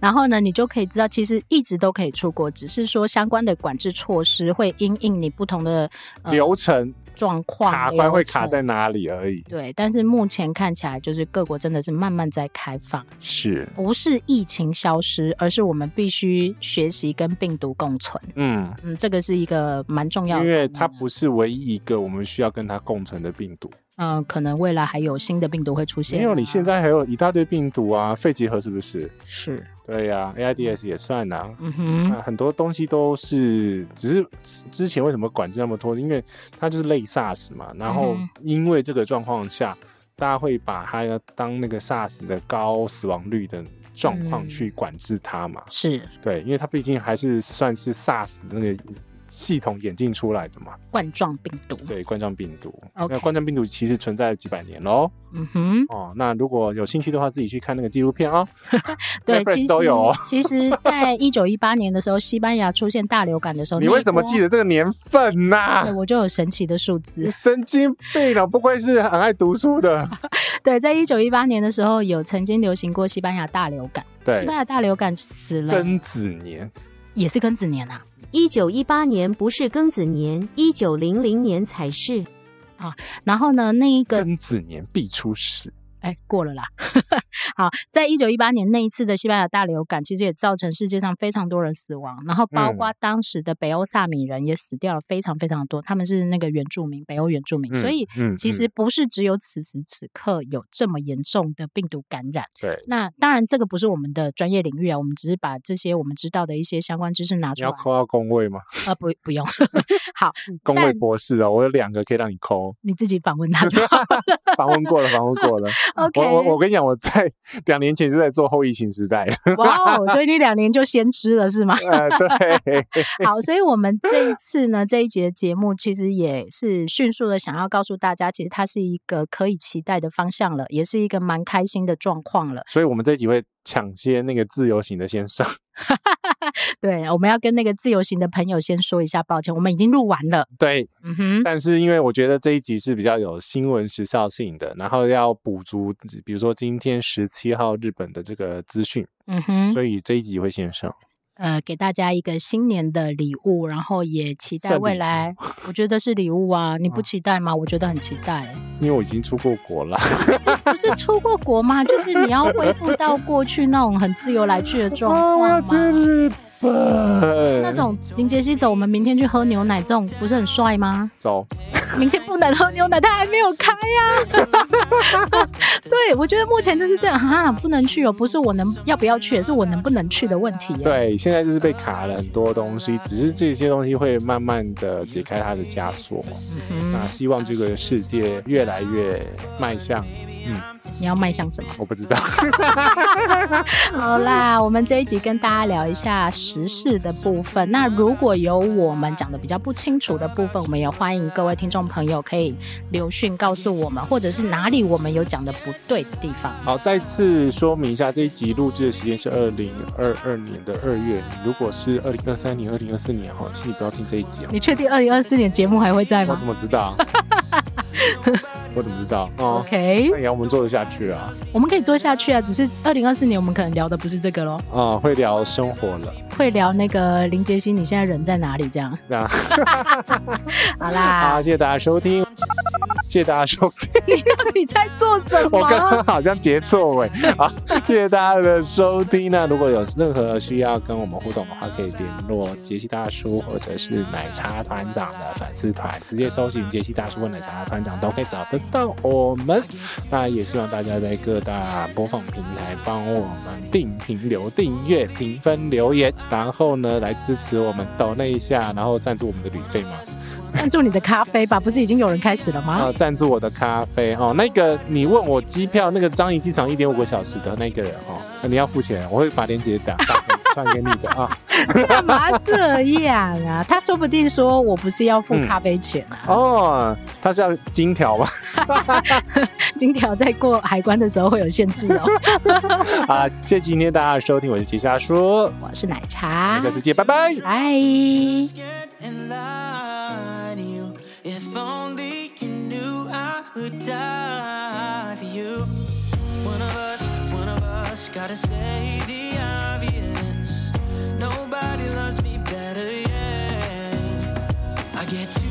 然后呢，你就可以知道，其实一直都可以出国，只是说相关的管制措施会因应你不同的、呃、流程状况，卡关会卡流程在哪里而已，对。但是目前看起来，就是各国真的是慢慢在开放。是，不是疫情消失，而是我们必须学习跟病毒共存。嗯，嗯，这个是一个蛮重要的因概念啊，为它不是唯一一个我们需要跟它共存的病毒，嗯、可能未来还有新的病毒会出现啊。没有，你现在还有一大堆病毒啊，肺结核是不是？是，对呀、a i d s 也算啊。嗯哼，那很多东西都是，只是之之前为什么管制那么多？因为它就是类 SARS 嘛，然后嗯因为这个状况下，大家会把它当那个 SARS 的高死亡率的状况嗯去管制它嘛。是对，因为它毕竟还是算是 SARS 的那个系统演进出来的嘛。冠状病毒。对，冠状病毒。 OK 那冠状病毒其实存在了几百年喽。嗯哼，哦，那如果有兴趣的话，自己去看那个纪录片哦啊、对， Netflix 其实都有哦 其实，在一九一八年的时候，西班牙出现大流感的时候，你为什么记得？得这啊个年份呐、对，我就有神奇的数你字。神经病啊！不愧是很爱读书的。对，在一九一八年的时候，有曾经流行过西班牙大流感。西 对班，牙大流感死了，庚子年，也是庚子年啊。一九一八年不是庚子年，一九零零年才是。然后呢，那一个庚子年必出事。哎，过了啦。 好，在一九一八年那一次的西班牙大流感，其实也造成世界上非常多人死亡，然后包嗯括当时的北欧萨米人也死掉了非常非常多，他们是那个原住民，北欧原住民，嗯所以嗯其实不是只有此时此刻有这么严重的病毒感染。对，那当然这个不是我们的专业领域啊，我们只是把这些我们知道的一些相关知识拿你出要来，扣到工位吗？呃，不不 用，好，工位嗯但。博士哦，我有两个可以让你扣你自己访问他就好。访问过了，访问 过了。 OK 我我我跟你讲，我在 两年前就在做后疫情时代。哇哦，所以你两年就先知了是吗？ 呃，对， 好，所以我们这一次呢，这一节节目其实也是迅速的想要告诉大家，其实它是一个可以期待的方向了，也是一个蛮开心的状况了。所以我们这集会抢先那个自由行的先上。 对，我们要跟那个自由行的朋友先说一下抱歉，我们已经录完了。对，嗯哼，但是因为我觉得这一集是比较有新闻时效性的，然后要补足，比如说今天十七号日本的这个资讯，嗯哼，所以这一集会先上。呃，给大家一个新年的礼物，然后也期待算未礼物来。我觉得是礼物啊，你不啊期待吗？我觉得很期待。因为我已经出过国了，不是不是出过国嘛，就是你要恢复到过去那种很自由来去的状 啊，况我嘛。要去日本，那种林杰西走，我们明天去喝牛奶，这种不是很帅吗？走，明天不能喝牛奶，他还没有开呀、 对，我觉得目前就是这样哈，不能去哦，不是我能要不要去，也是我能不能去的问题耶。对，现在就是被卡了很多东西，只是这些东西会慢慢的解开它的枷锁。那嗯，希望这个世界越来越迈向，你要迈向什么？我不知 道。好啦，我们这一集跟大家聊一下时事的部分。那如果有我们讲的比较不清楚的部分，我们也欢迎各位听众朋友可以留讯告诉我们，或者是哪里我们有讲的不对的地方。好，再次说明一下，这一集录制的时间是二零二二年的二月。如果是二零二三年、二零二四年，哈，请你不要听这一集哦。你确定二零二四年节目还会在我吗怎么 知道？我怎么知道？哦， ？OK，那也要我们做得下去啊！我们可以做下去啊，只是二零二四年我们可能聊的不是这个咯，啊、会聊生活了，会聊那个林杰星，你现在人在哪里这样。那 好啦，好，谢谢大家收听。谢谢大家收听。你到底在做什我刚刚么？好像截错尾好，谢谢大家的收听。那如果有任何需要跟我们互动的话，可以联络杰西大叔或者是奶茶团长的粉丝团，直接搜寻杰西大叔或奶茶团长都可以找得到我们。那也希望大家在各大播放平台帮我们定评、留订阅、评分、留言，然后呢来支持我们，抖那一下，然后赞助我们的旅费嘛。赞助你的咖啡吧，不是已经有人开始了吗？啊，赞助我的咖啡哦。那个你问我机票，那个樟宜机场一点五个小时的那个人哦，那你要付钱，我会把链接打打给传给你的啊。干嘛这样啊？他说不定说我不是要付嗯咖啡钱啊，哦，他是要金条吗？ 金条在过海关的时候会有限制哦。啊，谢谢今天大家的收听，我是杰西大叔，我我是奶茶 们，下次见，拜拜。拜。 scared and lied to you. If only you knew I would die for you. One of us, one of us, gotta say the obvious. Nobody loves me better, yeah. I get too